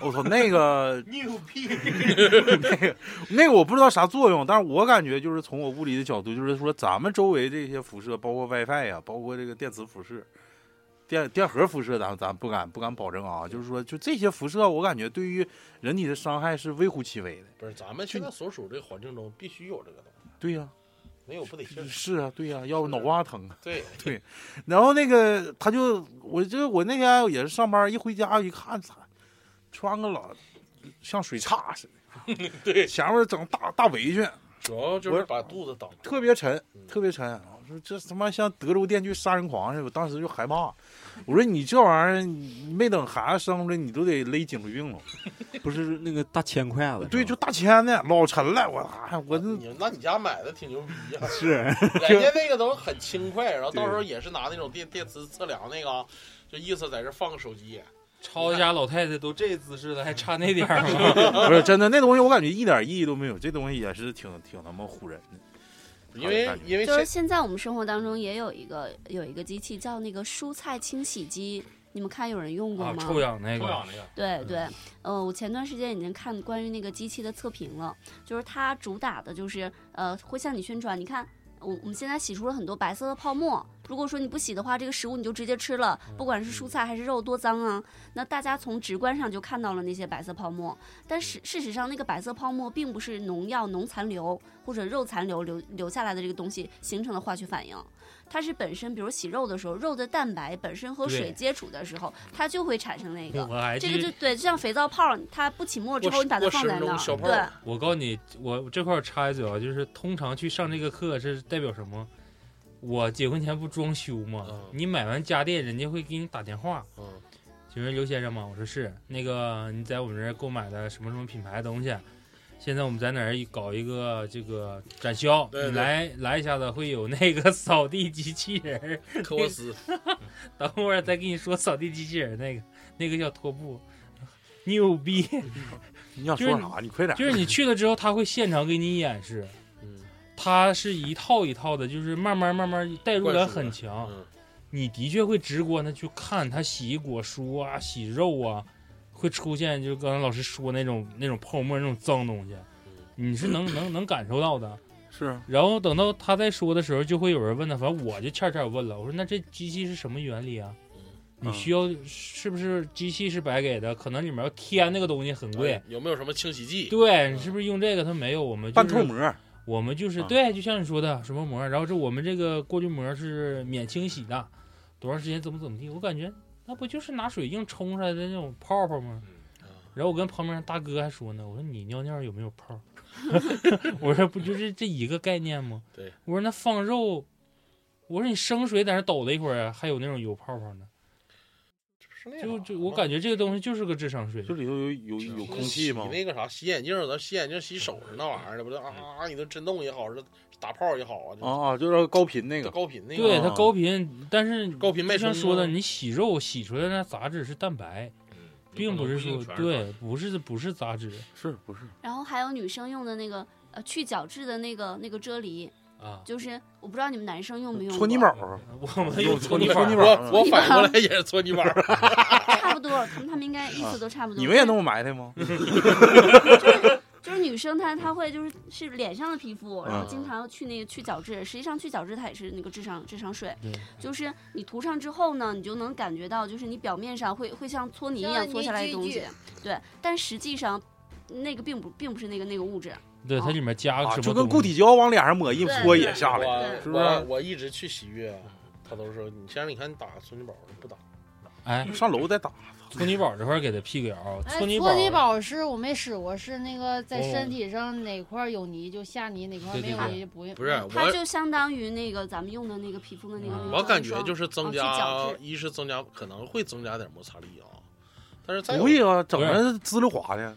我操，那 个你有屁！ 那个那个我不知道啥作用，但是我感觉就是从我物理的角度，就是说咱们周围这些辐射，包括 WiFi 呀、包括这个电磁辐射、电电荷辐射咱，咱不敢不敢保证啊。就是说，就这些辐射，我感觉对于人体的伤害是微乎其微的。不是咱们现在所属这个环境中必须有这个东西，对呀、没有不得劲儿。是啊，对呀、要不脑瓜疼啊。嗯 对，然后那个他就，我就我那天也是上班，一回家一看，操，穿个老像水叉似的，对，前面整大大围裙。主要就我是是把肚子挡住。特别沉嗯，特别沉。啊我说这他妈像德州电锯杀人狂似的，我当时就害怕。我说你这玩意儿，你没等孩子生出来，你都得勒颈椎病了。不是那个大铅筷子，对，是就吧大千的，老沉了。我哎我这你那你家买的挺牛逼呀、是人家那个都很轻快，然后到时候也是拿那种电电磁测量那个啊，就意思在这放个手机，抄家老太太都这姿势了，还差 那点儿 吗？不是真的，那东西我感觉一点意义都没有。这东西也是挺挺他妈唬人的。因为因为就是现现在我们生活当中也有一个有一个机器叫那个蔬菜清洗机，你们看有人用过啊，吗？臭氧那臭个氧那个，对对，呃，我前段时间已经看关于那个机器的测评了，就是它主打的就是呃，会向你宣传，你看。我我们现在洗出了很多白色的泡沫，如果说你不洗的话，这个食物你就直接吃了，不管是蔬菜还是肉，多脏啊！那大家从直观上就看到了那些白色泡沫，但是事实上，那个白色泡沫并不是农药、农残留或者肉残留留留下来的这个东西形成的化学反应，它是本身，比如洗肉的时候，肉的蛋白本身和对水接触的时候，它就会产生那个。我哎还这个记就对，就像肥皂泡儿，它不起沫之过后，十你把它过放十在分那钟小儿，泡对儿，我告诉你，我这块儿插一嘴啊，就是通常去上这个课是代表什么？我结婚前不装修吗？嗯你买完家电，人家会给你打电话，嗯，请问刘先生吗？我说是，那个你在我们这儿购买的什么什么品牌的东西，现在我们在哪儿搞一个这个展销，对对你来来一下子会有那个 扫地机器人儿，科沃斯， 等会儿再跟你说扫地机器人儿那个那个叫拖布， 牛逼！你想说啥？你快点。 就是你去了之后，他会现场给你演示，嗯它是一套一套的，就是慢慢慢慢代入感很强，嗯，你的确会直观的去看它洗果蔬啊、洗肉啊，会出现就刚才老师说那种那种泡沫、那种脏东西，嗯你是能能能感受到的。是啊然后等到他在说的时候，就会有人问他，反正我就欠欠问了，我说那这机器是什么原理啊？嗯你需要是不是机器是白给的？可能里面要添那个东西很贵哎，，有没有什么清洗剂？对你是不是用这个？他没有，我们就半是透膜，我们就是啊对，就像你说的什么膜，然后这我们这个过滤膜是免清洗的，多长时间怎么怎么地，我感觉那不就是拿水硬冲出来的那种泡泡吗？嗯然后我跟旁边大哥还说呢，我说你尿尿有没有泡？ 我说不就是这一个概念吗？对，我说那放肉，我说你生水在那抖了一会儿啊，还有那种油泡泡呢，是那就样啊就我感觉这个东西就是个智商税。就里头有有有空气吗洗？那个啥，洗眼镜儿，咱洗眼镜洗手上那玩意儿的，不是啊啊，啊你都震动也好，是打泡也好啊，就啊啊，就是高频那就个。高频那个，对啊它高频，但是高频脉就像冲说的，吗你洗肉洗出来的那杂质是蛋白，嗯并不是有可能不一说定全是对，不是不是杂质是不是？然后还有女生用的那个呃去角质的那个那个啫喱，啊。就是我不知道你们男生用没用搓泥过宝儿，我们有搓搓泥泥搓板泥儿，板儿啊我。我反过来也是搓泥板儿，差不多，他们他们应该意思都差不啊多。你们也那么埋汰吗？就是女生她她会就是是脸上的皮肤，啊然后经常去那个去角质，实际上去角质它也是那个智商智商税，对就是你涂上之后呢，你就能感觉到就是你表面上会会像搓泥一样像搓下来的泥东具西，对，但实际上那个并不并不是那个那个物质，对它里面加个啊，什么就跟东固体西胶往脸上抹一对搓对也下来， 我是不我是？我一直去洗浴啊，他都说你先生，你看你打搓泥宝儿不打？哎，上楼再打。搓泥宝这块儿给它辟个谣，哎，泥搓泥宝宝是我没使过，是那个在哦身体上哪块儿有泥就下泥，哪块儿对没对有对泥就不嗯用。不是它我，就相当于那个咱们用的那个皮肤的那个嗯乳我胶感觉霜就是增哦去加角质，一是增加可能会增加点摩擦力啊，但是再不有会啊，整的滋溜滑的。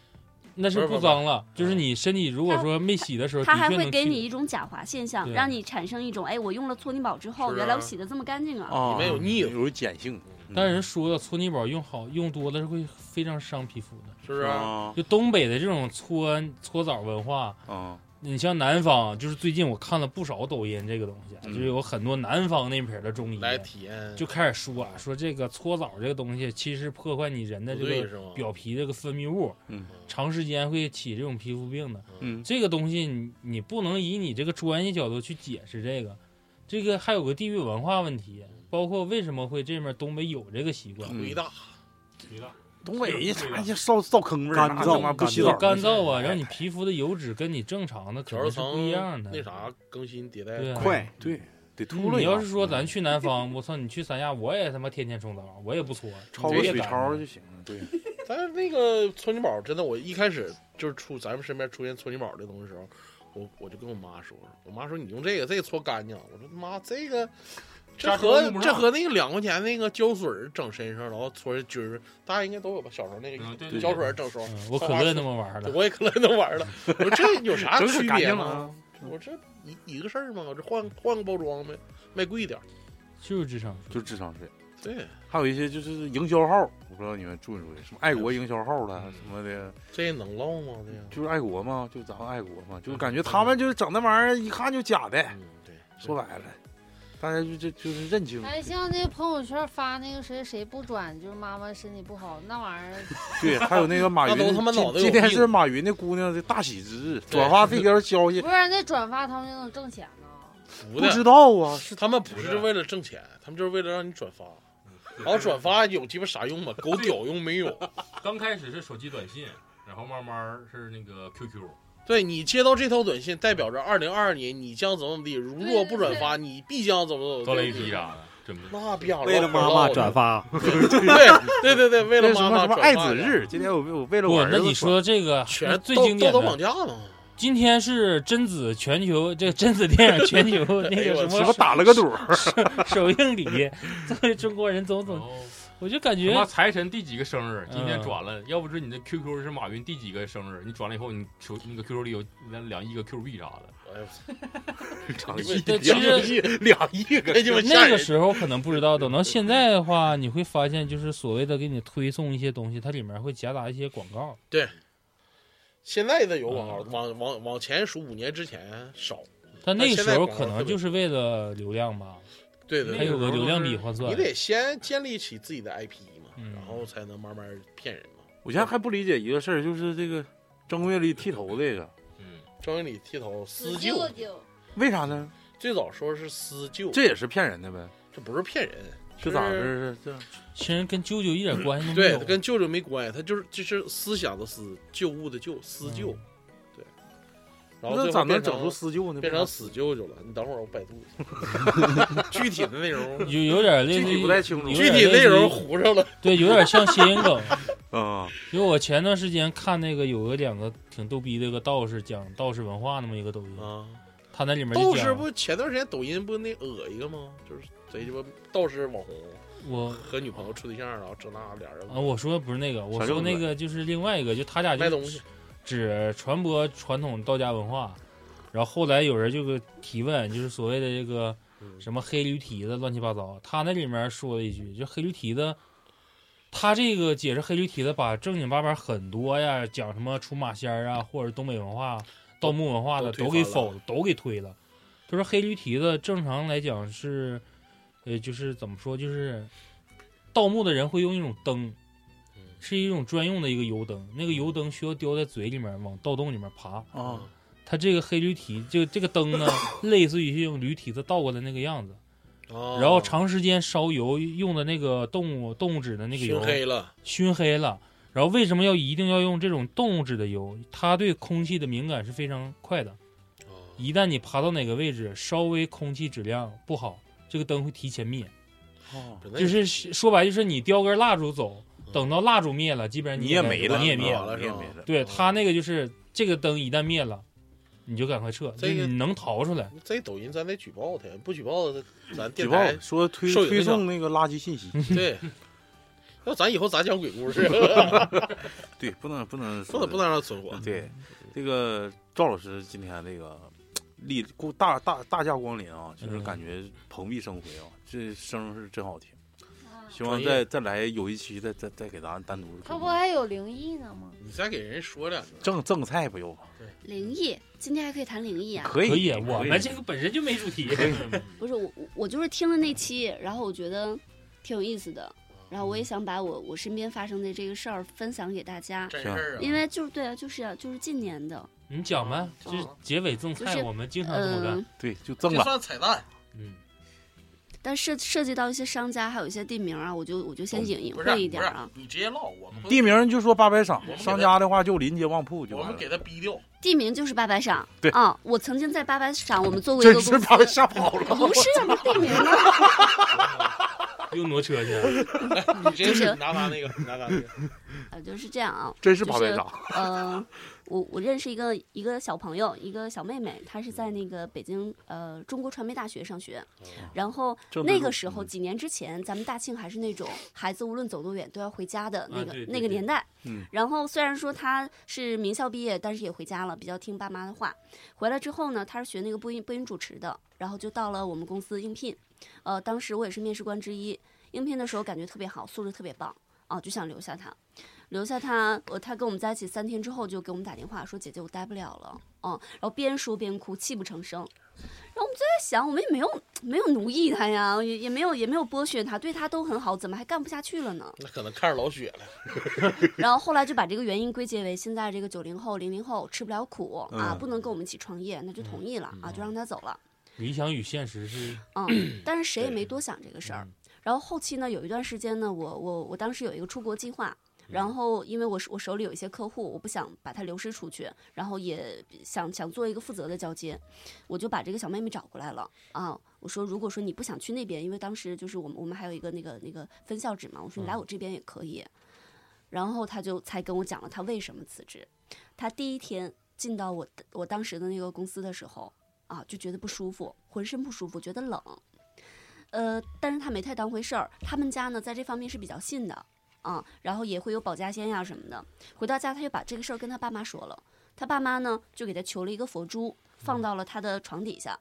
那是不不是脏了，就是你身体如果说没洗的时候，它的还确会能给去你一种假滑现象，对让你产生一种哎，我用了搓泥宝之后，是原来我啊洗的这么干净啊。哦啊，里面有腻有碱性，嗯嗯但是人说了，搓泥宝用好用多了是会非常伤皮肤的。是不是？啊就东北的这种搓搓澡文化，啊，你像南方，就是最近我看了不少抖音这个东西啊，嗯就是有很多南方那边的中医啊来体验就开始说啊，说这个搓澡这个东西其实破坏你人的不这对个是吗？表皮这个分泌物，嗯长时间会起这种皮肤病的。嗯，这个东西你你不能以你这个专业角度去解释这个，这个还有个地域文化问题，包括为什么会这面东北有这个习惯，回大东北一啥就烧烧坑味儿，啊干那他燥妈不干洗有澡，干燥啊，让你皮肤的油脂跟你正常的可条能是不层一样的。那啥更新迭代对啊快对，得秃噜你一下。嗯要是说咱去南方，我操，你去三亚，我也他妈天天冲澡，我也不搓，焯我个也水敢焯就行了，对，但是那个搓泥宝真的，我一开始就是出咱们身边出现搓泥宝这东西的时候，我我就跟我妈说，我妈说你用这个，这个搓干净。我说妈，这个这加和工不上这和那个两块钱那个胶水儿整身上，然后搓着菌儿，大家应该都有吧？小时候那个嗯对对胶水儿整手，嗯我可乐那么玩儿对的，我也可乐那玩意儿了。我说这有 啥整可区干别净啊吗？了。我这一一个事儿吗？我这换换个包装呗，卖贵一点儿。就是智商税就智商税，对，还有一些就是营销号，我不知道你们注没注意，什么爱国营销号了什么的，这能唠吗？这个，就是爱国嘛，就咱们爱国嘛，就是感觉他们就是整那玩意儿，一看就假的。嗯，对，说白了，大家就就就是认清，哎，像那朋友圈发那个谁谁不转，就是妈妈身体不好那玩意儿，对，还有那个马那都云他妈脑，子有今今天病是马云的姑娘的大喜之日，转发这条消 息不，是那转发他们就能挣钱呢？服不的。知道啊，是他们不是为了挣钱，他们就是为了让你转发。然后转发有鸡巴啥用吗？狗屌用没有？刚开始是手机短信，然后慢慢是那个 QQ，对你接到这条短信，代表着二零二二年你将怎么怎么地，如若不转发，你必将怎么怎多么了一地。批啥的，真不那别了为了妈妈转，发，对对对对，为了什妈么妈什么转发爱子，日，今天我我为了我不，儿那子你说这个全那道最经典道德绑的，架嘛。今天是贞子全球 这个贞子电影全球那哎呦个我什什么么打了个赌儿，首映礼， 作为中国人总然总，后我就感哦他觉妈财神第几个生日？今天嗯转了，要不是你的 QQ 是马云第几个生日，你转了以后，你手那个 QQ 里有两两亿个 Q 币啥的。哎呦两对亿对其两实亿 两亿个哎鸡巴吓那个人时候可能不知道，等到现在的话，你会发现就是所谓的给你推送一些东西，它里面会夹杂一些广告。现在的有广告，往往往前数五年之前少。但那个时候可能就是为了流量吧，对对它对有，个流量比换算你。得先建立起自己的 IP 嘛，嗯然后才能慢慢骗人嘛。我现在还不理解一个事儿，就是这个正月里剃头这个，嗯，张经理剃头私死救舅，舅，为啥呢？最早说是私救，这也是骗人的呗，这不是骗人，这咋回？事？啊这这其实跟啾啾一点关系都没对，有。它跟舅舅没关系，他就是就是思想的思，旧物的旧，私救，对。然后那最咋后能变整出成私救呢？变成死舅舅了？你等会儿我百度一下具体的内容，有有点类具似体于不太清楚有具点体类似于内容糊上了。对，有点像谐音梗。啊因为我前段时间看那个有个两个挺逗逼的一个道士讲道士文化那么一个抖音，啊，他那里面就道讲士不前段时间抖音不那恶一个吗？就是哎贼鸡巴道士网红我和女朋友处对象，然后这那俩人啊，我说的不是那个，我小舅说子那个就是另外一个，就他俩卖就东是西，只传播传统道家文化，然后后来有人就给提问，就是所谓的这个嗯什么黑驴蹄子乱七八糟，他那里面说了一句，就黑驴蹄子，他这个解释黑驴蹄子把正经八百很多呀，讲什么出马仙儿啊，或者东北文化、盗墓文化的都都给推翻了否了，都给推了。他说黑驴蹄子正常来讲是，呃，就是怎么说，就是盗墓的人会用一种灯嗯。是一种专用的一个油灯，那个油灯需要叼在嘴里面，往盗洞里面爬。啊！哦它这个黑驴蹄，就这个灯呢， 类似于用驴蹄子倒过来那个样子。哦然然后长时间烧油用的那个动物动物脂的那个熏油黑了，熏黑了。然后为什么要一定要用这种动物脂的油？它对空气的敏感是非常快的，哦一旦你爬到哪个位置，稍微空气质量不好，这个灯会提前灭。哦本来就是说白就是你叼根蜡烛走，等到蜡烛灭了，基本上你也也没了，啊你也你灭了了。你也没是了。对嗯他那个就是这个灯一旦灭了，你就赶快撤，就这个是你能逃出来。这抖音咱得举报他，不举报他，咱举电报台了说推受影推响嗯送那个垃圾信息，对。 要咱以后咋讲鬼故事？ 对，不能不能不能不能让他存活。对，这个赵老师今天这个立故大大大驾光临啊，就是嗯感觉蓬荜生辉啊，这声是真好听。希专望业再再来有一期再再再给咱单独嗯他不还有灵异呢吗？你再给人说两个，挣挣菜不用吗，灵异，今天还可以谈灵异啊？可以可以，可我们这个本身就没主题。不是我，我我就是听了那期，然后我觉得挺有意思的，然后嗯我也想把我我身边发生的这个事儿分享给大家，真事儿啊！因为就是对啊，就是啊，就是近年的， 你讲吧，就是结尾赠哦就菜，是我们经常这么干嗯。，对，就这挣了。算彩蛋，嗯，但涉涉及到一些商家，还有一些地名啊，我就我就先隐隐哦不是晦一不点是啊，。你直接唠，我们不地名就说八百我们赏，给商他家的话就临街旺铺就我完们了给。他逼 掉，地名就是八百赏，对啊，我曾经在八百赏我们做过一真个是公把我司，吓跑了。不是啊，那地名呢？ 呃又挪车去了。你直就是接拿他 那个，拿他那个，啊，就是这样啊，真是就八百是掌，呃，我我认识一个一个小朋友，一个小妹妹，她是在那个北京呃中国传媒大学上学，哦然后正在那个录时候嗯几年之前，咱们大庆还是那种孩子无论走多远都要回家的那啊个、对对那个对年代。嗯然后虽然说她是名校毕业，但是也回家了，比较听爸妈的话。回来之后呢，她是学那个播音播音主持的，然后就到了我们公司应聘。呃，当时我也是面试官之一，应聘的时候感觉特别好，素质特别棒啊，就想留下她。留下她，我她跟我们在一起三天之后就给我们打电话说：“姐姐，我待不了了。”嗯，然后边说边哭，泣不成声。然后我们就在想，我们也没有没有奴役她呀，也也没有也没有剥削她，对她都很好，怎么还干不下去了呢？那可能看着老雪了，然后后来就把这个原因归结为现在这个九零后、零零后吃不了苦啊，嗯不能跟我们一起创业，那就同意了啊，就让她走了。理想与现实是嗯，但是谁也没多想这个事儿嗯。然后后期呢，有一段时间呢，我我我当时有一个出国计划，然后因为我手我手里有一些客户，我不想把它流失出去，然后也想想做一个负责的交接，我就把这个小妹妹找过来了啊。我说，如果说你不想去那边，因为当时就是我们我们还有一个那个那个分校制嘛，我说你来我这边也可以。然后她就才跟我讲了她为什么辞职。她第一天进到我我当时的那个公司的时候啊，就觉得不舒服，浑身不舒服，觉得冷。呃，但是她没太当回事儿。他们家呢，在这方面是比较信的啊，然后也会有保家仙呀、什么的。回到家，她就把这个事儿跟她爸妈说了。她爸妈呢，就给她求了一个佛珠，放到了她的床底下。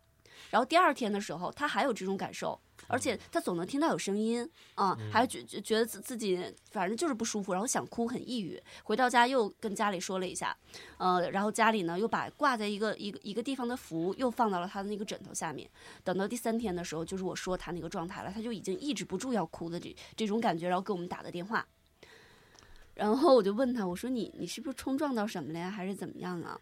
然后第二天的时候，她还有这种感受，而且她总能听到有声音啊，还觉觉觉得自自己反正就是不舒服，然后想哭，很抑郁。回到家又跟家里说了一下，呃，然后家里呢又把挂在一个一个一个地方的符又放到了她的那个枕头下面。等到第三天的时候，就是我说她那个状态了，她就已经抑制不住要哭的这这种感觉，然后给我们打的电话。然后我就问她，我说你你是不是冲撞到什么了呀，还是怎么样啊？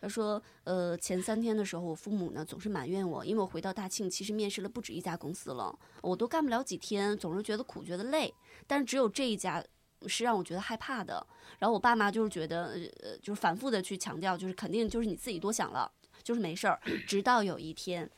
她说，呃，前三天的时候，我父母呢总是埋怨我，因为我回到大庆，其实面试了不止一家公司了，我都干不了几天，总是觉得苦，觉得累，但是只有这一家是让我觉得害怕的。然后我爸妈就是觉得，呃，呃就是反复的去强调，就是肯定就是你自己多想了，就是没事儿。直到有一天，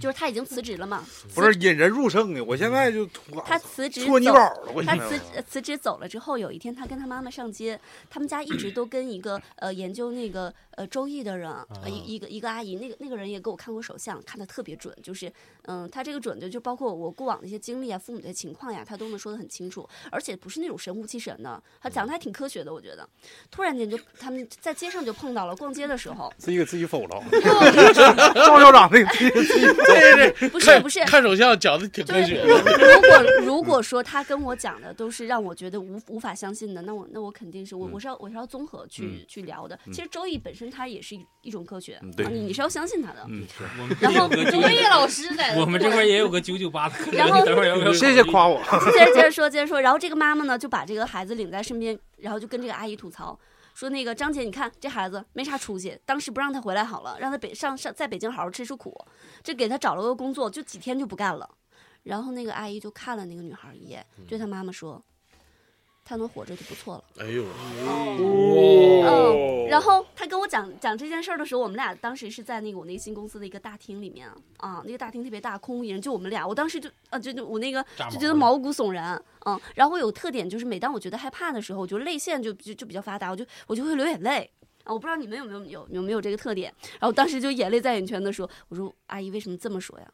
就是他已经辞职了嘛，不是引人入胜的。我现在就吐他辞职搓泥走宝了，我他现辞在，呃辞职走了之后，有一天他跟他妈妈上街，他们家一直都跟一个呃研究那个呃周易的人，呃一一个一个阿姨，那个那个人也给我看过手相，看的特别准，就是嗯，他这个准的就包括我过往的一些经历啊、父母的情况呀，他都能说的很清楚，而且不是那种神乎其神的，他讲的还挺科学的，我觉得。突然间就他们在街上就碰到了，逛街的时候自己给自己否了。赵校长那个自己自己否了不是看不是，看手相讲的挺就科是学如的，如果如果说他跟我讲的都是让我觉得无无法相信的，那我那我肯定是我嗯我是要我是要综合去、去聊的。其实周易本身它也是一一种科学，嗯对啊你你是要相信它的。嗯，是我们然后这个周易老师在我们这块也有个九九八的课 程，然后等会儿要不要谢谢夸我。接着接着说接着说，然后这个妈妈呢就把这个孩子领在身边，然后就跟这个阿姨吐槽。说那个张姐，你看这孩子没啥出息，当时不让他回来好了，让他北上上在北京好好吃吃苦，这给他找了个工作，就几天就不干了。然后那个阿姨就看了那个女孩一眼，嗯对她哎妈妈说：“她能活着就不错了。”哎呦，哦嗯，然后他跟我讲讲这件事儿的时候，我们俩当时是在那个我那个新公司的一个大厅里面啊，那个大厅特别大，空无一人，就我们俩。我当时就啊，就就我那个炸就毛觉得了毛骨悚然，嗯。然后我有特点就是，每当我觉得害怕的时候，我就泪腺就就就比较发达，我就我就会流眼泪。啊，我不知道你们有没有有有没有这个特点，然后当时就眼泪在眼圈的说：“我说阿姨为什么这么说呀？”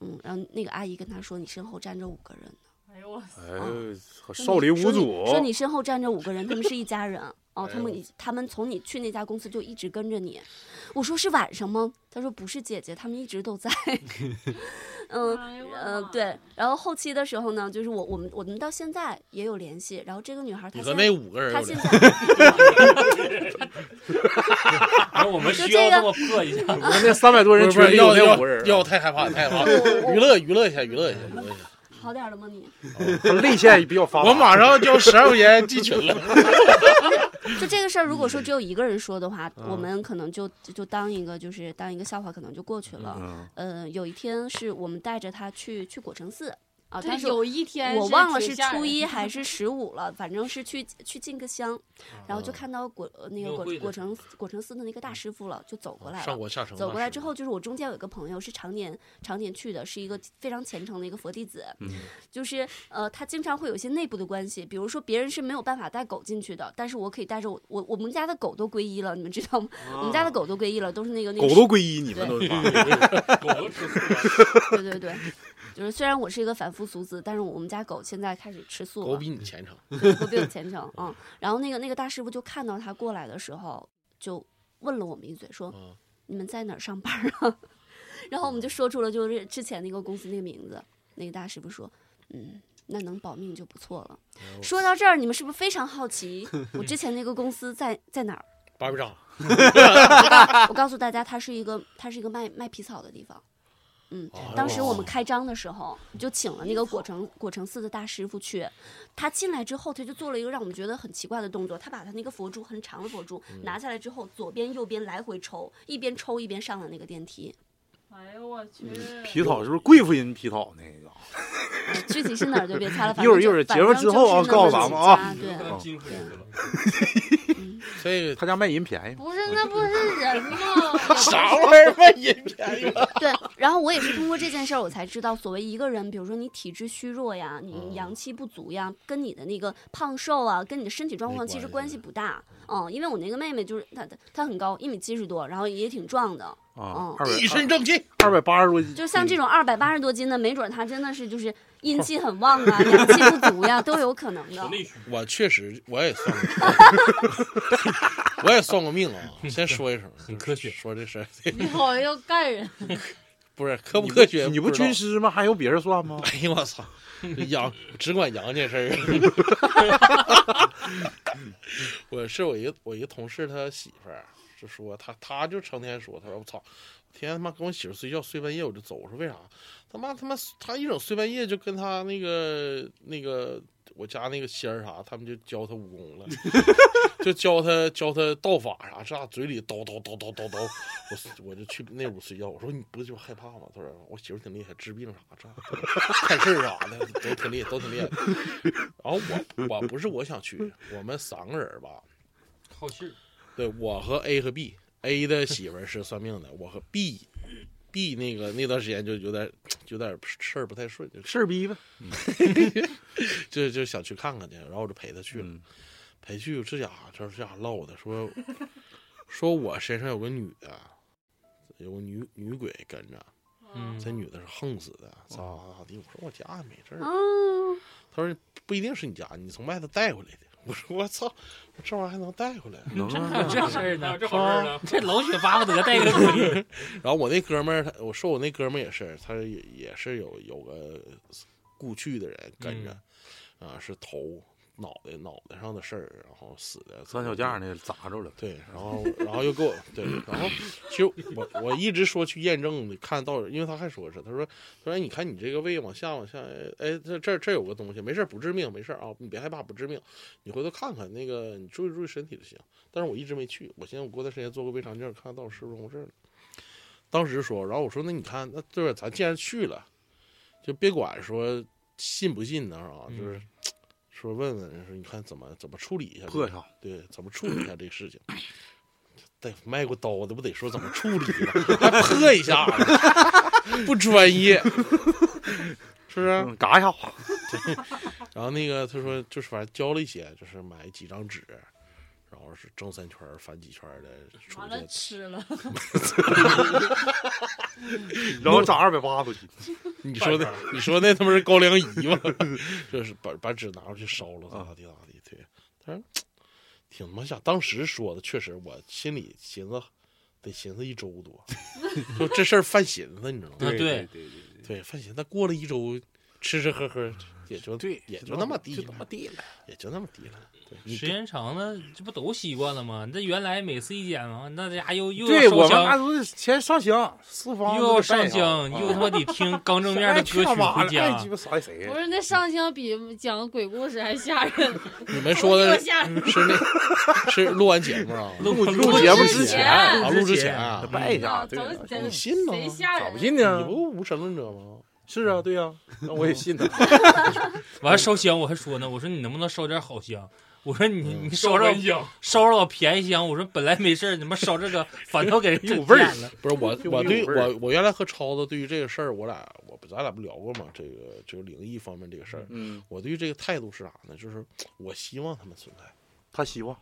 嗯，然后那个阿姨跟他说：“你身后站着五个人。”哎呦我操，哎嗯呦，操少林说五你祖，说你身后站着五个人，他们是一家 人。哦，他哎呦们已他们从你去那家公司就一直跟着你。我说是晚上吗？他说不是，姐姐，他们一直都 在。嗯。哎呦我嗯、妈，对，然后后期的时候呢，就是我我们我们到现在也有联系。然后这个女孩她你现和在那五个人她有现点，在哎然后我们需就这要个这么破一下，我那三百多人不 是不群里是有要那五个要人，要太害怕太害怕，我娱乐娱乐一下娱乐一下娱乐一下， 好点了吗你？他泪腺比较发达。我马上就十二块钱进群了，就这个事儿，如果说只有一个人说的话，嗯我们可能就就当一个就是当一个笑话，可能就过去了。嗯，呃，有一天是我们带着她去去果城寺啊，这当时有一天我忘了挺是吓人初一的 还是十五了，反正是去去进个香，然后就看到果呃那个庙果会的果时候城果城寺的那个大师傅了，就走过来上了。过下城走过来之后，就是我中间有一个朋友是常年常年去的，是一个非常虔诚的一个佛弟子，嗯 就是呃，他经常会有一些内部的关系，比如说别人是没有办法带狗进去的，但是我可以带着我我我们家的狗都皈依了，你们知道吗？我们家的狗都皈依了，都是那个那狗个都皈依你们都是吧。狗都吃素了。对对对，就是虽然我是一个反夫俗子，但是我们家狗现在开始吃素了，狗比你虔诚，我比较虔诚，嗯。然后那个那个大师傅就看到他过来的时候，就问了我们一嘴，说嗯，：“你们在哪儿上班儿啊？” 然后我们就说出了就是之前那个公司那个名字。那个大师傅说：“嗯，那能保命就不错了。”说到这儿，你们是不是非常好奇我之前那个公司在在哪儿？巴比长我告诉大家，它是一个它是一个卖卖皮草的地方。嗯，哦当时我们开张的时候，就请了那个果城果城寺的大师傅去。他进来之后，他就做了一个让我们觉得很奇怪的动作，他把他那个佛珠很长的佛珠嗯拿下来之后，左边右边来回抽，一边抽一边上了那个电梯。哎呦我去，嗯皮草是不是贵妇人皮草那个？呃具体是哪儿就别猜了，反一会儿正就一会儿反节目正之就是后啊那告诉么咱几们啊家对，哦看金虎去了，所 以他家卖淫便宜吗？不是那不是人 吗？啥玩意儿嘛也便宜了，对，然后我也是通过这件事儿，我才知道，所谓一个人，比如说你体质虚弱呀，你阳气不足呀，跟你的那个胖瘦啊，跟你的身体状没况其实关关系不大。嗯，因为我那个妹妹就是她，她她很高，一米七十多，然后也挺壮的。啊嗯，二 一身百正气，二百八十多斤，嗯就像这种二百八十多斤的，没准她真的是就是阴气很旺啊，阳气不足呀，都有可能的国。内区我确实我也算过， 我也算过命啊。先说一声，很科 学说这事儿你好像要干人，不是科不科学你不知道啊军？师吗？还用别人算吗？哎呦我操，羊只管羊这事儿。 我是我一个我一个同事他媳妇儿就说他他就成天说他说我操，天天他妈跟我媳妇睡觉睡半夜我就走，我说为啥？他妈他妈他一整睡半夜就跟他那个那个我家那个仙儿啥，他们就教他武功了， 就教他教他道法啥，这嘴里叨叨叨叨叨叨，我我就去那屋睡觉，我说你不就害怕吗？他说我媳妇挺厉害，治病啥这看事儿啥的都挺厉害，都挺厉害。然后我我不是我想去，我们三个人吧，好信儿，对我和 A 和 B，A 的媳妇儿是算命的，我和 B，B 那个那段时间就有点就有点事儿不太顺，就事儿逼呗。就就想去看看去，然后我就陪他去了，嗯陪去这家伙这这家伙唠的说说我身上有个女的，有个女女鬼跟着，嗯，这女的是横死的，咋咋地？我说我家也没事儿，嗯，他说不一定是你家，你从外头带回来的。我说我操，我这玩意儿还能带回来？能还有啊，这事儿呢 啊，这好事儿呢这老雪巴不得带个鬼，然后我那哥们儿，他我说我那哥们儿也是，他也也是有有个故去的人跟着，啊，是头脑袋脑袋上的事儿，然后死的三脚架那砸着了。对，然后然后又给我对，然后其实我我一直说去验证的，看到底，因为他还说是，他说他说哎你看你这个胃往下往下，哎哎这这这有个东西，没事儿不致命，没事儿啊，你别害怕不致命，你回头看看那个你注意注意身体就行。但是我一直没去，我寻思我过段时间做个胃肠镜，看看到底是不是回事儿呢。当时说，然后我说那你看那对吧，咱既然去了，就别管说信不信呢啊，就是。说问问，说你看怎么怎么处理一下这个嗯破上。对，怎么处理一下这个事情？得卖过刀的不得说怎么处理吗？还破一下呢，不专业，是不是？嗯，嘎一下，然后那个他说就是反正交了一些，就是买几张纸，然后是正三圈儿反几圈儿的出完了去。吃了，然后涨二百八出去，你说那你说那他妈是高粱饴吗？ 就是把把纸拿出去烧了，咋地咋地？对，但是挺他妈想，当时说的确实，我心里寻思得寻思一周多，就这事儿犯寻思，你知道吗？啊对对对对，犯寻思，但过了一周，吃吃喝喝也就对，也就那么地就了那么地了。也就那么地了。对你时间长了，这不都习惯了吗？这原来每次一检完，那家伙又又对要我烧们那香，都是先上香，四方又要上香，又他妈妈 得听刚正面哎的歌曲回家鸡。巴啥谁不是那上香比讲鬼故事还吓人，你们说的 我吓人。是那，是录完节目 啊？录录节目之之前啊录录之前前拜一嗯下，啊对，真你信吗谁吓咋人？不信你呢？不无神论者吗？是啊，对呀，那我也信他。完了烧香，我还说呢，我说你能不能烧点好香？我说你嗯你烧烧着蚊香，烧着我便宜香，我说本来没事儿，你妈烧 这个反倒给人一股整味儿偏了。不是我， 就我没对有味儿我我原来和超子对于这个事儿，我俩我不咱俩不聊过吗？这个这个灵异方面这个事儿，嗯，我对于这个态度是啥呢？就是我希望他们存在，他希望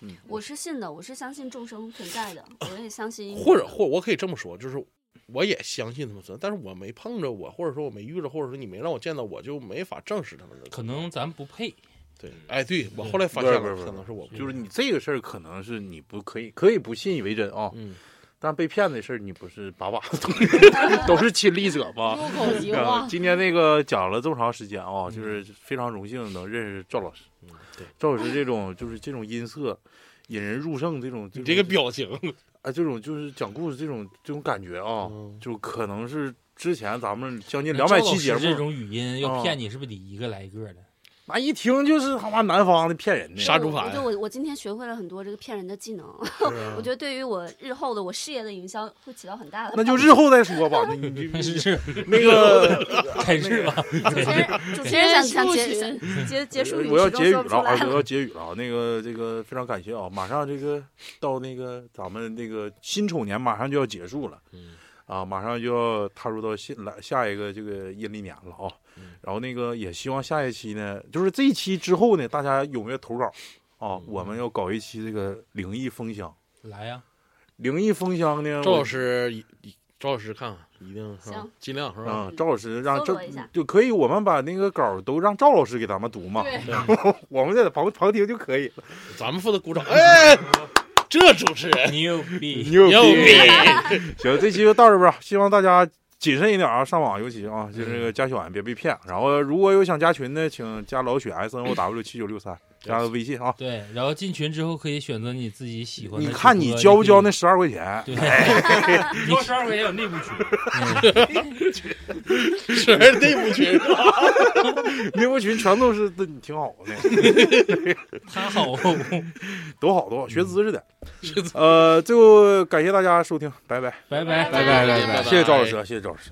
嗯我是信的，我是相信众生存在的，我也相嗯信因果或者或我可以这么说，就是我也相信他们存在，但是我没碰着我，或者说我没遇着，或者说你没让我见到，我就没法证实他们的存在。可能咱不配，对，哎，对我后来发嗯不现是了，不是不是可能是我不就是你这个事儿，可能是你不可以，可以不信以为真啊，嗯，但被骗的事儿你不是把把都都是亲历者吧？入口即啊化，今天那个讲了这么长时间啊，就是非常荣幸能认识赵老师。嗯对，赵老师这种就是这种音色，引人入胜这种，你种这个表情，啊，这种就是讲故事这种这种感觉啊，嗯就可能是之前咱们将近那两百赵老期师节这目，嗯种语音要骗你，是不是得一个来一个的？ 那一听就是他妈南方的骗人的。杀猪盘哎我觉得我我今天学会了很多这个骗人的技能，啊 我觉得对于我日后的我事业的营销会起到很大的。那就日后再说吧，那你你 是你是，那个开 始吧。主持 人主持人想想结结想结结束语，我要始终结语说不了出来啊！我要结语了啊！那个这个非常感谢啊！马上这个到那个咱们那个辛丑年马上就要结束了，嗯啊，马上就要踏入到新来下一个这个阴历年了啊嗯。然后那个也希望下一期呢，就是这一期之后呢，大家踊跃投稿啊！我嗯们要搞一期这个灵异风箱，来呀、灵异风箱呢，赵我老师一，一赵老师看看，一定是吧行？尽量是吧？啊，赵老师让搜赵罗一下就可以，我们把那个稿都让赵老师给咱们读嘛，对，我们在旁旁听就可以了。咱们负责鼓掌。哎，这主持人牛逼！牛牛逼！行，这期就到这边儿，希望大家谨慎一点啊，上网尤其啊，就是嗯这个加小俺别被骗。然后如果有想加群的，请加老雪 S N O W 七九六三，加个微信啊。对，然后进群之后可以选择你自己喜欢的你主播。看你交不交那可十二块钱？以？对，你十二块钱有内部群，是内部群，内部群全都是对你挺好的，他好， 多好多好，嗯学知识的。呃，最后感谢大家收听，拜拜，拜拜。拜拜，谢谢赵老师，谢谢赵老师。